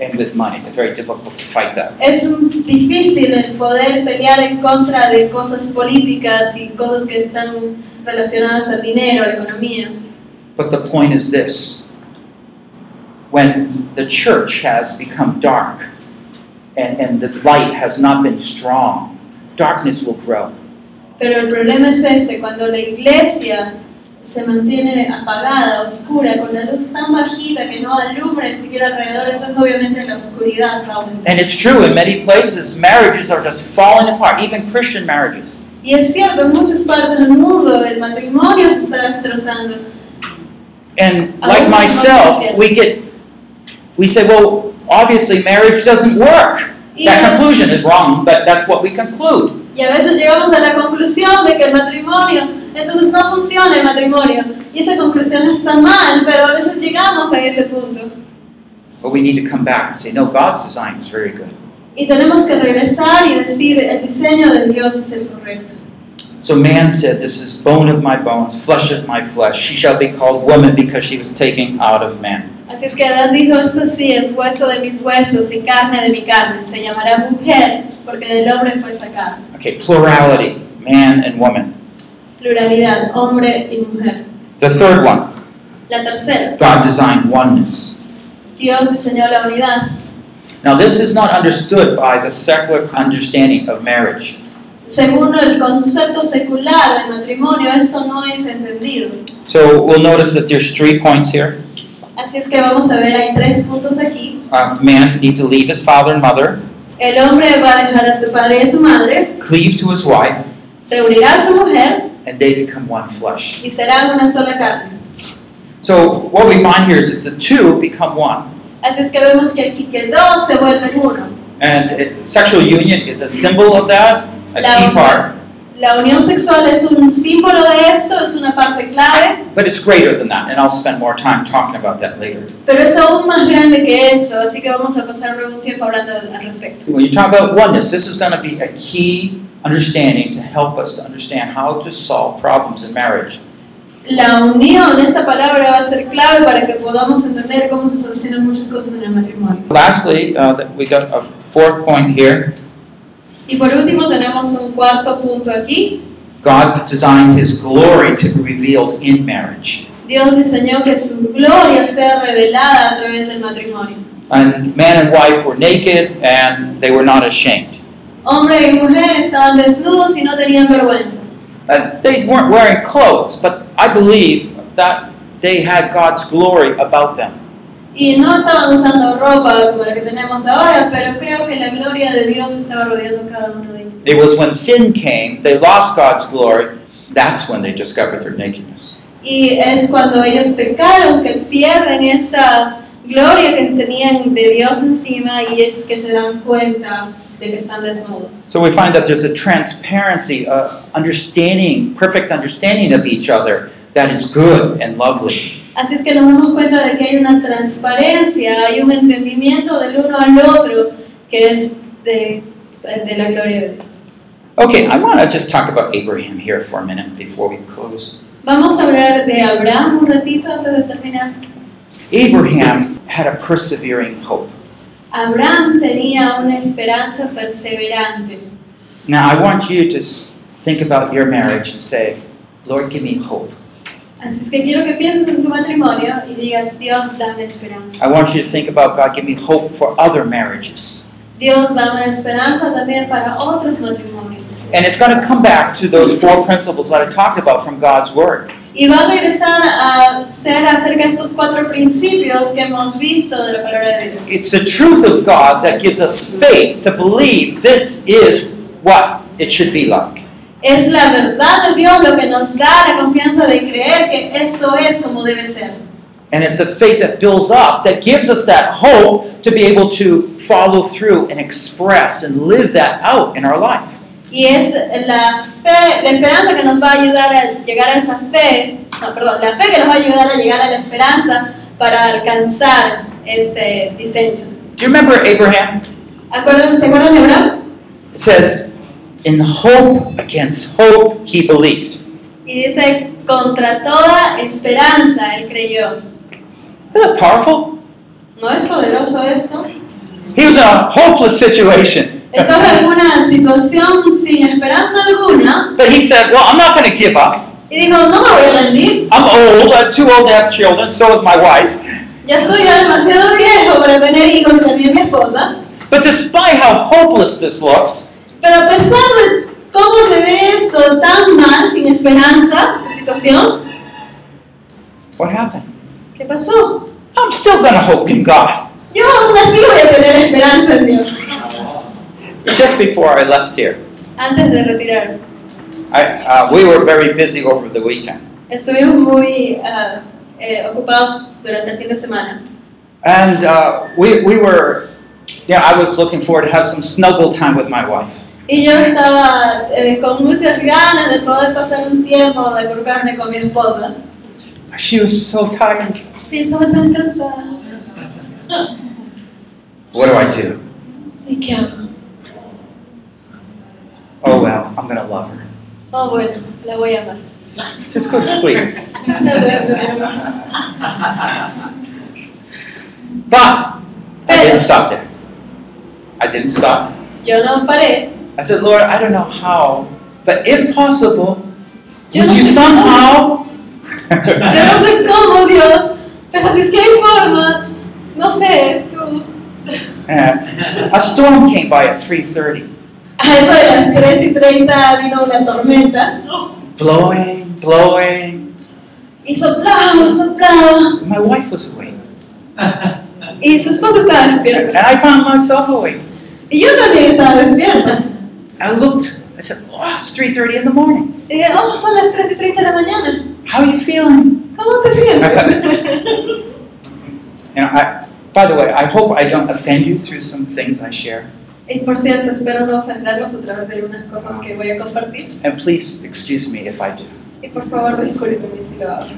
[SPEAKER 3] And with money, it's very difficult to fight that.
[SPEAKER 4] es un- difícil el poder pelear en contra de cosas políticas y cosas que están relacionadas al dinero, a la economía.
[SPEAKER 3] But the point is this when the church has become dark and, and the light has not been strong, darkness will grow.
[SPEAKER 4] Pero el problema es este, cuando la iglesia se mantiene apagada, oscura, con la luz tan bajita que no alumbra ni siquiera alrededor, entonces obviamente la oscuridad va a aumentar.
[SPEAKER 3] And it's true in many places, marriages are just falling apart, even Christian marriages.
[SPEAKER 4] Y es cierto, en muchas partes del mundo el matrimonio se está destrozando.
[SPEAKER 3] And
[SPEAKER 4] Oh,
[SPEAKER 3] like
[SPEAKER 4] my
[SPEAKER 3] myself,
[SPEAKER 4] goodness.
[SPEAKER 3] we get, we say, well, obviously marriage doesn't work.
[SPEAKER 4] Y,
[SPEAKER 3] That
[SPEAKER 4] a-
[SPEAKER 3] conclusion is wrong, but that's what we conclude.
[SPEAKER 4] y a veces llegamos a la conclusión de que el matrimonio, entonces no funciona el matrimonio. Y esa conclusión está mal, pero a veces llegamos a ese punto.
[SPEAKER 3] But we need to come back and say, no, God's design is very good.
[SPEAKER 4] Y tenemos que regresar y decir, el diseño de Dios es el correcto.
[SPEAKER 3] So man said, This is bone of my bones, flesh of my flesh. She shall be called woman because she was taken out of man.
[SPEAKER 4] Así es que Adán dijo, esto sí es hueso de mis huesos y carne de mi carne. Se llamará mujer porque del hombre fue sacada.
[SPEAKER 3] Okay, plurality, man and woman.
[SPEAKER 4] Pluralidad, hombre y mujer.
[SPEAKER 3] The third one,
[SPEAKER 4] La tercera,
[SPEAKER 3] God designed oneness.
[SPEAKER 4] Dios diseñó la unidad.
[SPEAKER 3] Now, this is not understood by the secular understanding of marriage.
[SPEAKER 4] Según el concepto secular de matrimonio, esto no es entendido.
[SPEAKER 3] So we'll notice that there's three points here.
[SPEAKER 4] Así es que vamos a ver, hay tres puntos aquí.
[SPEAKER 3] Uh, man needs to leave his father and mother,
[SPEAKER 4] El hombre va a dejar a su padre y a su madre,
[SPEAKER 3] cleave to his wife,
[SPEAKER 4] se unirá a su mujer
[SPEAKER 3] and they become one flesh.
[SPEAKER 4] y serán una sola carne.
[SPEAKER 3] So what we find here is that the two become one.
[SPEAKER 4] Así es que vemos que aquí que dos se vuelven uno.
[SPEAKER 3] And it, sexual union is a symbol of that, a key part,
[SPEAKER 4] La unión sexual es un símbolo de esto, es una parte clave,
[SPEAKER 3] but it's greater than that, and I'll spend more time talking about that later.
[SPEAKER 4] pero es aún más grande que eso, así que vamos a pasar luego un tiempo hablando al respecto.
[SPEAKER 3] When you talk about oneness, this is going to be a key understanding to help us to understand how to solve problems in marriage.
[SPEAKER 4] La unión, esta palabra va a ser clave para que podamos entender cómo se solucionan muchas cosas en el matrimonio.
[SPEAKER 3] Lastly, uh, that we got a fourth point here.
[SPEAKER 4] Y Y por último tenemos un cuarto punto aquí.
[SPEAKER 3] God designed His glory to be revealed in marriage.
[SPEAKER 4] Dios diseñó que su gloria sea revelada a través del matrimonio.
[SPEAKER 3] And man and wife were naked and they were not ashamed.
[SPEAKER 4] Hombre y mujer estaban desnudos y no tenían vergüenza.
[SPEAKER 3] Uh, they weren't wearing clothes, but I believe that they had God's glory about them.
[SPEAKER 4] Y no estaban usando ropa como la que tenemos ahora, pero creo que la gloria de Dios estaba rodeando cada uno de ellos.
[SPEAKER 3] It was when sin came, they lost God's glory. That's when they discovered their nakedness.
[SPEAKER 4] Y es cuando ellos pecaron que pierden esta gloria que tenían de Dios encima y es que se dan cuenta de que están desnudos.
[SPEAKER 3] So we find that there's a transparency, a understanding, perfect understanding of each other that is good and lovely.
[SPEAKER 4] Así es que nos damos cuenta de que hay una transparencia, hay un entendimiento del uno al otro que es de, de la gloria de Dios.
[SPEAKER 3] Okay, I want to just talk about Abraham here for a minute before we close.
[SPEAKER 4] Vamos a hablar de Abraham un ratito antes de terminar.
[SPEAKER 3] Abraham had a persevering hope.
[SPEAKER 4] Abraham tenía una esperanza perseverante.
[SPEAKER 3] Now, I want you to s- think about your marriage and say, Lord, give me hope.
[SPEAKER 4] Así es que quiero que pienses en tu matrimonio y digas, Dios, dame esperanza.
[SPEAKER 3] I want you to think about, God, give me hope for other marriages.
[SPEAKER 4] Dios dame esperanza también para otros matrimonios.
[SPEAKER 3] And it's going to come back to those four principles that I talked about from God's Word.
[SPEAKER 4] Y va a regresar a ser acerca de estos cuatro principios que hemos visto de la palabra de Dios.
[SPEAKER 3] It's the truth of God that gives us faith to believe this is what it should be like.
[SPEAKER 4] Es la verdad de Dios lo que nos da la confianza de creer que esto es como debe ser.
[SPEAKER 3] And it's a faith that builds up, that gives us that hope to be able to follow through and express and live that out in our life.
[SPEAKER 4] Y es la fe, la esperanza que nos va a ayudar a llegar a esa fe, no, perdón, la fe que nos va a ayudar a llegar a la esperanza para alcanzar este diseño.
[SPEAKER 3] Do you remember Abraham?
[SPEAKER 4] ¿Acuerdan, ¿Se acuerdan de Abraham?
[SPEAKER 3] It says, in hope against hope he believed.
[SPEAKER 4] Y dice, contra toda esperanza, él creyó.
[SPEAKER 3] Isn't that powerful?
[SPEAKER 4] ¿No es poderoso esto?
[SPEAKER 3] He was in a hopeless situation.
[SPEAKER 4] Estaba en una situación sin esperanza alguna
[SPEAKER 3] But he said, Well, I'm not going to give up.
[SPEAKER 4] y dijo, no me voy a rendir,
[SPEAKER 3] I'm old. I'm too old to have children. So is my wife.
[SPEAKER 4] ya soy ya demasiado viejo para tener hijos y también mi esposa.
[SPEAKER 3] But despite how hopeless this looks,
[SPEAKER 4] Pero a pesar de cómo se ve esto tan mal, sin esperanza, esta situación,
[SPEAKER 3] what happened?
[SPEAKER 4] ¿qué pasó?
[SPEAKER 3] I'm still going to hope in God.
[SPEAKER 4] Yo aún así voy a tener esperanza en Dios.
[SPEAKER 3] Just before I left here,
[SPEAKER 4] Antes de retirarme,
[SPEAKER 3] I, uh, we were very busy over the weekend.
[SPEAKER 4] estuvimos muy ah, eh, ocupados durante el fin de semana.
[SPEAKER 3] And uh, we, we were, yeah, I was looking forward to have some snuggle time with my wife.
[SPEAKER 4] Y yo estaba eh, con muchas ganas de poder pasar un tiempo de curcarme con mi esposa.
[SPEAKER 3] She was so tired.
[SPEAKER 4] Y estaba tan cansada.
[SPEAKER 3] What do I do?
[SPEAKER 4] ¿Y qué hago?
[SPEAKER 3] Oh well, I'm gonna love her.
[SPEAKER 4] Oh, bueno, la voy a amar.
[SPEAKER 3] Just go to sleep.
[SPEAKER 4] La voy a- la voy a amar.
[SPEAKER 3] But I didn't stop there. I didn't stop.
[SPEAKER 4] Yo no paré.
[SPEAKER 3] I said, Lord, I don't know how, but if possible,
[SPEAKER 4] Yo
[SPEAKER 3] would
[SPEAKER 4] no,
[SPEAKER 3] you
[SPEAKER 4] sé cómo,
[SPEAKER 3] somehow?
[SPEAKER 4] yo no sé cómo, Dios, pero si es que hay forma, no sé, tú.
[SPEAKER 3] And Uh, a storm came by at 3:30,
[SPEAKER 4] A eso de las 3 y 30 vino una tormenta
[SPEAKER 3] blowing, blowing.
[SPEAKER 4] y soplaba, soplaba.
[SPEAKER 3] My wife was awake,
[SPEAKER 4] Y su esposa estaba
[SPEAKER 3] and
[SPEAKER 4] despierta.
[SPEAKER 3] I found myself awake.
[SPEAKER 4] Y yo también estaba despierta.
[SPEAKER 3] I looked. I said, Wow, it's 3:30 in the morning.
[SPEAKER 4] Y dije, oh, son las 3 y 30 de la mañana.
[SPEAKER 3] How are you feeling?
[SPEAKER 4] ¿Cómo te sientes?
[SPEAKER 3] And I, by the way, I hope I don't offend you through some things I share.
[SPEAKER 4] y por cierto, espero no ofenderlos a través de algunas cosas que voy a compartir.
[SPEAKER 3] And please excuse me if I do.
[SPEAKER 4] Y por favor, discúlpenme si lo hago.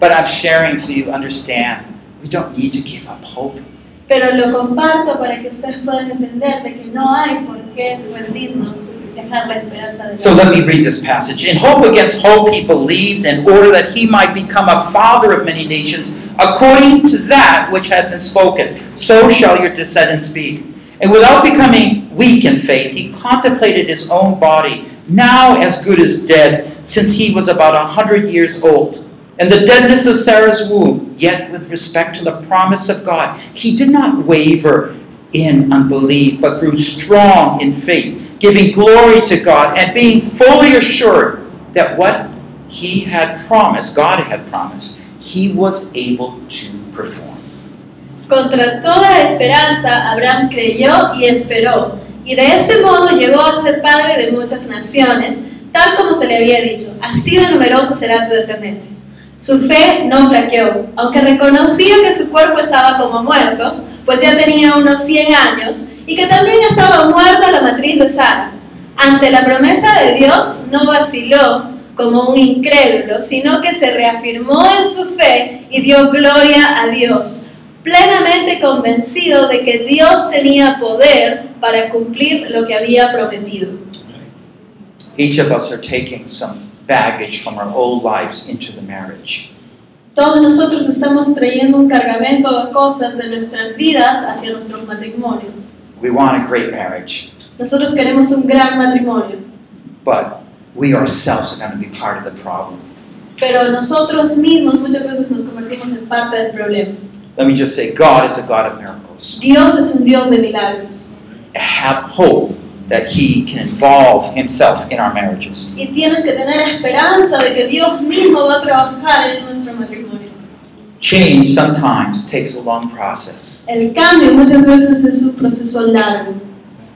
[SPEAKER 3] But I'm sharing so you understand. We don't need to give up hope.
[SPEAKER 4] Pero lo comparto para que ustedes puedan entender de que no hay por qué rendirnos y dejar la esperanza de
[SPEAKER 3] So
[SPEAKER 4] Dios.
[SPEAKER 3] let me read this passage. In hope against hope, he believed in order that he might become a father of many nations, according to that which had been spoken. So shall your descendants be. And without becoming weak in faith, he contemplated his own body, now as good as dead, since he was about a hundred years old. And the deadness of Sarah's womb, yet with respect to the promise of God, he did not waver in unbelief, but grew strong in faith, giving glory to God and being fully assured that what he had promised, God had promised, he was able to perform.
[SPEAKER 4] Contra toda esperanza, Abraham creyó y esperó, y de este modo llegó a ser padre de muchas naciones, tal como se le había dicho, así de numerosa será tu descendencia. Su fe no flaqueó, aunque reconocía que su cuerpo estaba como muerto, pues ya tenía unos 100 años, y que también estaba muerta la matriz de Sara. Ante la promesa de Dios no vaciló como un incrédulo, sino que se reafirmó en su fe y dio gloria a Dios plenamente convencido de que Dios tenía poder para cumplir lo que había prometido.
[SPEAKER 3] Each of us are taking some baggage from our old lives into the marriage.
[SPEAKER 4] Todos nosotros estamos trayendo un cargamento de cosas de nuestras vidas hacia nuestros matrimonios.
[SPEAKER 3] We want a great marriage,
[SPEAKER 4] Nosotros queremos un gran matrimonio,
[SPEAKER 3] but we ourselves are going to be part of the problem.
[SPEAKER 4] pero nosotros mismos muchas veces nos convertimos en parte del problema.
[SPEAKER 3] Let me just say God is a God of miracles.
[SPEAKER 4] Dios es un Dios de milagros
[SPEAKER 3] Have hope that He can involve Himself in our marriages.
[SPEAKER 4] y tienes que tener esperanza de que Dios mismo va a trabajar en nuestro matrimonio.
[SPEAKER 3] Change sometimes takes a long process.
[SPEAKER 4] El cambio muchas veces es un proceso largo.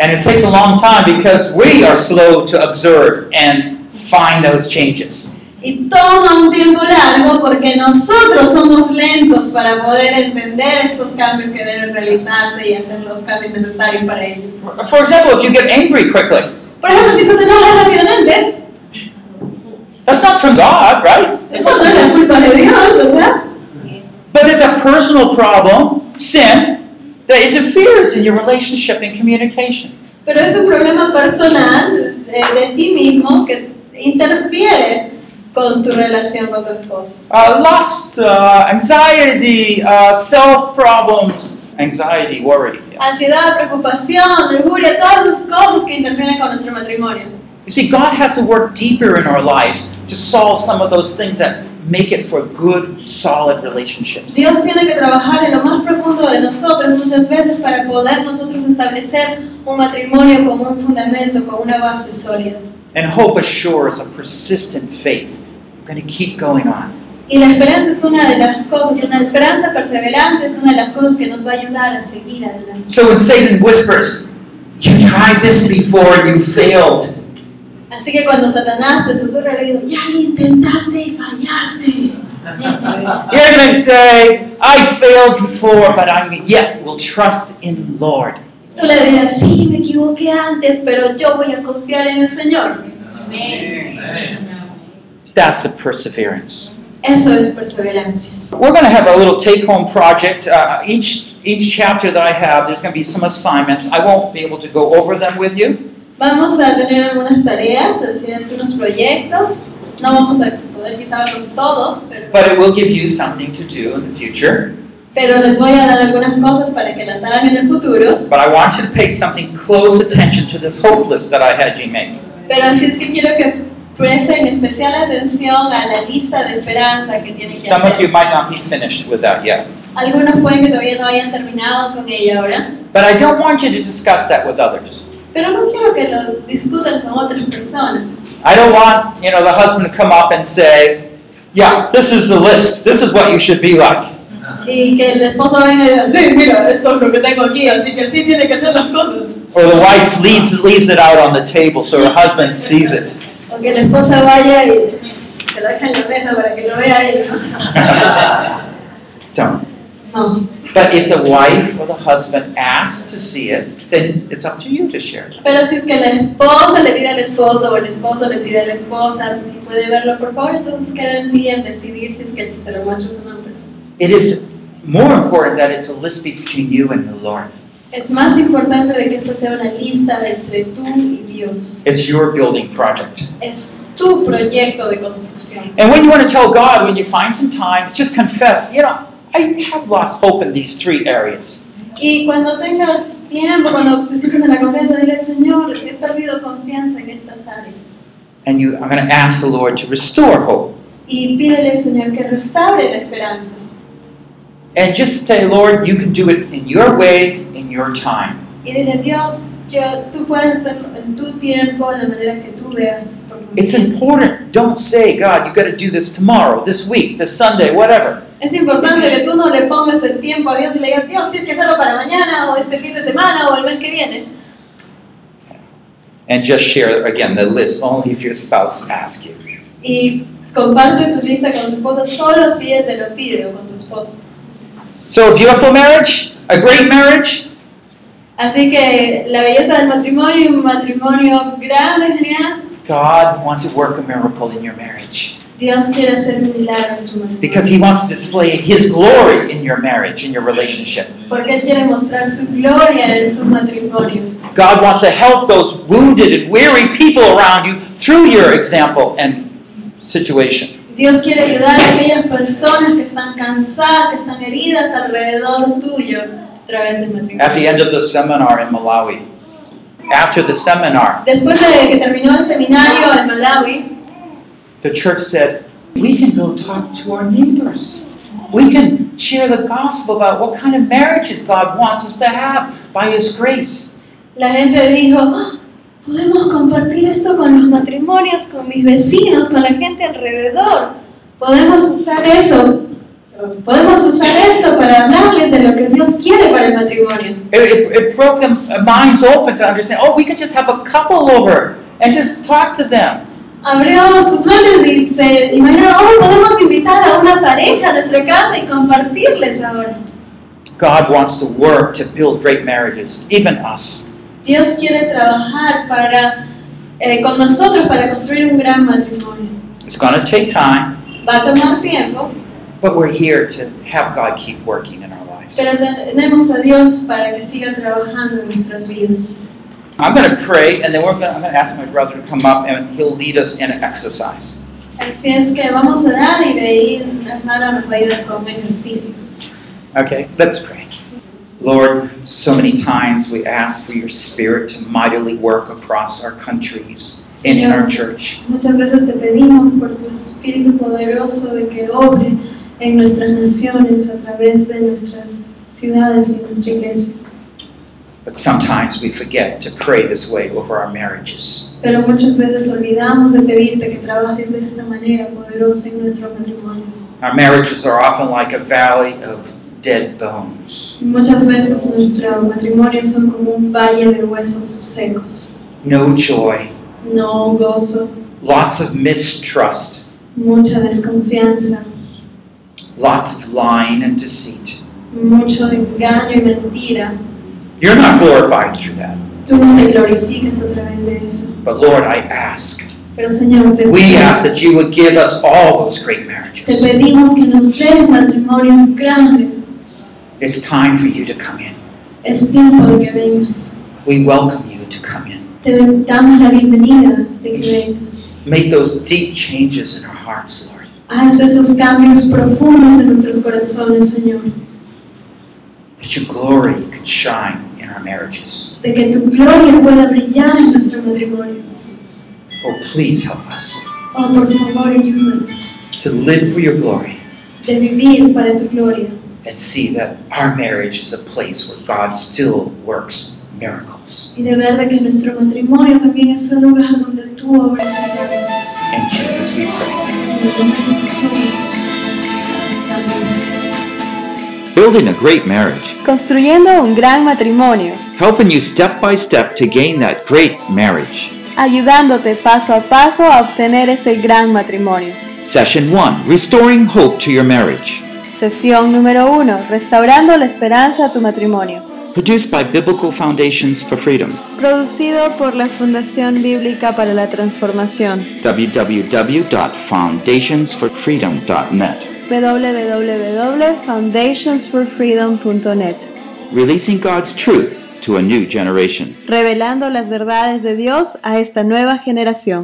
[SPEAKER 3] And it takes a long time because we are slow to observe and find those changes.
[SPEAKER 4] Y toma un tiempo largo porque nosotros somos lentos para poder entender estos cambios que deben realizarse y hacer los cambios necesarios para ello.
[SPEAKER 3] For example, if you get angry quickly,
[SPEAKER 4] Por ejemplo, si tú te enojas rápidamente,
[SPEAKER 3] that's not from God, right?
[SPEAKER 4] eso no es la culpa de Dios, ¿verdad?
[SPEAKER 5] Así es.
[SPEAKER 3] But it's a personal problem, sin, that interferes in your relationship and communication.
[SPEAKER 4] Pero es un problema personal de, de ti mismo que interfiere con tu relación con tu esposo.
[SPEAKER 3] Uh, lust, uh, anxiety, uh, self problems, anxiety, worry.
[SPEAKER 4] Ansiedad, preocupación, lujuria, todas esas cosas que interfieren con nuestro matrimonio.
[SPEAKER 3] You see, God has to work deeper in our lives to solve some of those things that make it for good, solid relationships.
[SPEAKER 4] Dios tiene que trabajar en lo más profundo de nosotros muchas veces para poder nosotros establecer un matrimonio con un fundamento, con una base sólida.
[SPEAKER 3] And hope assures a persistent faith. I'm going to keep going on.
[SPEAKER 4] Y la esperanza es una de las cosas, una esperanza perseverante es una de las cosas que nos va a ayudar a seguir adelante.
[SPEAKER 3] So when Satan whispers, You tried this before and you failed,
[SPEAKER 4] Así que cuando Satanás te susurra al oído, ya lo intentaste y fallaste.
[SPEAKER 3] you're going to say, I failed before, but I'm yet will trust in Lord.
[SPEAKER 4] Tú le dirás, sí, me equivoqué antes, pero yo voy a confiar en el Señor.
[SPEAKER 5] Amén.
[SPEAKER 3] That's a perseverance.
[SPEAKER 4] Eso es perseverancia.
[SPEAKER 3] We're going to have a little take-home project. Uh, each each chapter that I have, there's going to be some assignments. I won't be able to go over them with you,
[SPEAKER 4] Vamos a tener algunas tareas, así algunos proyectos. No vamos a poder quizá verlos todos, pero,
[SPEAKER 3] but it will give you something to do in the future.
[SPEAKER 4] pero les voy a dar algunas cosas para que las hagan en el futuro.
[SPEAKER 3] But I want you to pay something close attention to this hope list that I had you make.
[SPEAKER 4] Pero así es que quiero que presten especial atención a la lista de esperanza que tienen que
[SPEAKER 3] Some of
[SPEAKER 4] hacer.
[SPEAKER 3] you might not be finished with that yet.
[SPEAKER 4] Algunos pueden que todavía no hayan terminado con ella ahora,
[SPEAKER 3] But I don't want you to discuss that with others.
[SPEAKER 4] pero no quiero que lo discutan con otras personas.
[SPEAKER 3] I don't want, you know, the husband to come up and say, "Yeah, this is the list. This is what you should be like."
[SPEAKER 4] Y que el esposo venga y diga, sí, mira, esto es lo que tengo aquí, así que así tiene que ser las cosas.
[SPEAKER 3] Or the wife leaves leaves it out on the table so her husband sees it.
[SPEAKER 4] O que la esposa vaya y se lo deja en la mesa para que lo vea él.
[SPEAKER 6] Ah.
[SPEAKER 3] Don't.
[SPEAKER 4] No.
[SPEAKER 3] But if the wife or the husband asks to see it, then it's up to you to share. it.
[SPEAKER 4] Pero si es que la esposa le pide al esposo o el esposo le pide a la esposa, pues, si puede verlo, por favor, entonces queda en ti en decidir si es que se lo muestras o no. pero
[SPEAKER 3] It is more important that it's a list between you and the Lord.
[SPEAKER 4] Es más importante de que esta sea una lista de entre tú y Dios.
[SPEAKER 3] It's your building project.
[SPEAKER 4] Es tu proyecto de construcción.
[SPEAKER 3] And when you want to tell God, when you find some time, just confess, you know, I have lost hope in these three areas.
[SPEAKER 4] Y cuando tengas tiempo, cuando te sientes en la confianza, dile, Señor, he perdido confianza en estas áreas.
[SPEAKER 3] And you, I'm going to ask the Lord to restore hope.
[SPEAKER 4] Y pídele, Señor, que restaure la esperanza.
[SPEAKER 3] And just say, Lord, you can do it in your way, in your time.
[SPEAKER 4] Y dile, Dios, yo, tú puedes hacerlo en tu tiempo, en la manera que tú veas. por mí".
[SPEAKER 3] It's important. Don't say, God, you got to do this tomorrow, this week, this Sunday, whatever.
[SPEAKER 4] Es importante que tú no le pongas el tiempo a Dios y le digas, Dios, tienes que hacerlo para mañana, o este fin de semana, o el mes que viene.
[SPEAKER 3] And just share, again, the list only if your spouse asks you.
[SPEAKER 4] Y comparte tu lista con tu esposa solo si ella te lo pide, o con tu esposo.
[SPEAKER 3] So, a beautiful marriage, a great marriage,
[SPEAKER 4] Así que la belleza del matrimonio, un matrimonio grande, genial,
[SPEAKER 3] God wants to work a miracle in your marriage
[SPEAKER 4] Dios quiere hacer un milagro en tu matrimonio.
[SPEAKER 3] because He wants to display His glory in your marriage, in your relationship.
[SPEAKER 4] Porque Él quiere mostrar su gloria en tu matrimonio.
[SPEAKER 3] God wants to help those wounded and weary people around you through your example and situation.
[SPEAKER 4] Dios quiere ayudar a aquellas personas que están cansadas, que están heridas alrededor tuyo a través del matrimonio.
[SPEAKER 3] At the end of the seminar in Malawi, after the seminar,
[SPEAKER 4] Después de que terminó el seminario en Malawi,
[SPEAKER 3] the church said, We can go talk to our neighbors. We can share the gospel about what kind of marriages God wants us to have by His grace.
[SPEAKER 4] la gente dijo, "Ah, podemos compartir esto con los matrimonios, con mis vecinos, con la gente alrededor. Podemos usar eso. perdón, Podemos usar esto para hablarles de lo que Dios quiere para el matrimonio.
[SPEAKER 3] It, it, it broke their minds open to understand, oh, we could just have a couple over and just talk to them.
[SPEAKER 4] Abrió sus mentes y se imaginó, oh, podemos invitar a una pareja a nuestra casa y compartirles ahora.
[SPEAKER 3] God wants to work to build great marriages, even us.
[SPEAKER 4] Dios quiere trabajar para, eh, con nosotros para construir un gran matrimonio.
[SPEAKER 3] It's going to take time,
[SPEAKER 4] Va a tomar tiempo,
[SPEAKER 3] but we're here to have God keep working in our lives.
[SPEAKER 4] pero tenemos a Dios para que siga trabajando en nuestras vidas.
[SPEAKER 3] I'm going to pray, and then we're gonna, I'm going to ask my brother to come up, and he'll lead us in an exercise.
[SPEAKER 4] Así es que vamos a orar y de ahí la hermana nos va a ayudar con ejercicio.
[SPEAKER 3] Okay, let's pray. Lord, so many times we ask for your spirit to mightily work across our countries and in our
[SPEAKER 4] Señor,
[SPEAKER 3] church.
[SPEAKER 4] muchas veces te pedimos por tu Espíritu poderoso de que obre en nuestras naciones, a través de nuestras ciudades y nuestra iglesia.
[SPEAKER 3] But sometimes we forget to pray this way over our marriages.
[SPEAKER 4] Pero muchas veces olvidamos de pedirte que trabajes de esta manera poderosa en nuestro matrimonio.
[SPEAKER 3] Our marriages are often like a valley of dead bones.
[SPEAKER 4] Muchas veces nuestro matrimonio son como un valle de huesos secos.
[SPEAKER 3] no joy,
[SPEAKER 4] No gozo,
[SPEAKER 3] lots of mistrust,
[SPEAKER 4] mucha desconfianza,
[SPEAKER 3] lots of lying and deceit.
[SPEAKER 4] mucho engaño y mentira.
[SPEAKER 3] You're not glorified through that.
[SPEAKER 4] Tú no te glorificas a través de eso.
[SPEAKER 3] But Lord, I ask,
[SPEAKER 4] Pero Señor, te
[SPEAKER 3] we
[SPEAKER 4] pedimos,
[SPEAKER 3] ask that you would give us all those great
[SPEAKER 4] te
[SPEAKER 3] marriages.
[SPEAKER 4] pedimos que nos des matrimonios grandes.
[SPEAKER 3] It's time for you to come in.
[SPEAKER 4] Es tiempo de que vengas.
[SPEAKER 3] We welcome you to come in.
[SPEAKER 4] Te damos la bienvenida de que vengas.
[SPEAKER 3] Make those deep changes in our hearts, Lord.
[SPEAKER 4] Haz esos cambios profundos en nuestros corazones, Señor,
[SPEAKER 3] That your glory could shine in our marriages.
[SPEAKER 4] de que tu gloria pueda brillar en nuestro matrimonio.
[SPEAKER 3] Oh, please help us
[SPEAKER 4] Oh, por favor, ayúdanos
[SPEAKER 3] to live for your glory
[SPEAKER 4] de vivir para tu gloria
[SPEAKER 3] and see that our marriage is a place where God still works miracles.
[SPEAKER 4] y de ver de que nuestro matrimonio también es un lugar donde tú obras milagros.
[SPEAKER 3] In Jesus we pray.
[SPEAKER 4] En el nombre de Jesús, amén.
[SPEAKER 7] Building a great marriage,
[SPEAKER 2] Construyendo un gran matrimonio,
[SPEAKER 7] helping you step by step to gain that great marriage.
[SPEAKER 2] ayudándote paso a paso a obtener ese gran matrimonio.
[SPEAKER 7] Session 1 Restoring Hope to Your Marriage.
[SPEAKER 2] Sesión número 1. Restaurando la esperanza a tu matrimonio.
[SPEAKER 7] Produced by Biblical Foundations for Freedom.
[SPEAKER 2] Producido por la Fundación Bíblica para la Transformación.
[SPEAKER 7] www.foundationsforfreedom.net.
[SPEAKER 2] www.foundationsforfreedom.net.
[SPEAKER 7] Releasing God's truth to a new generation.
[SPEAKER 2] Revelando las verdades de Dios a esta nueva generación.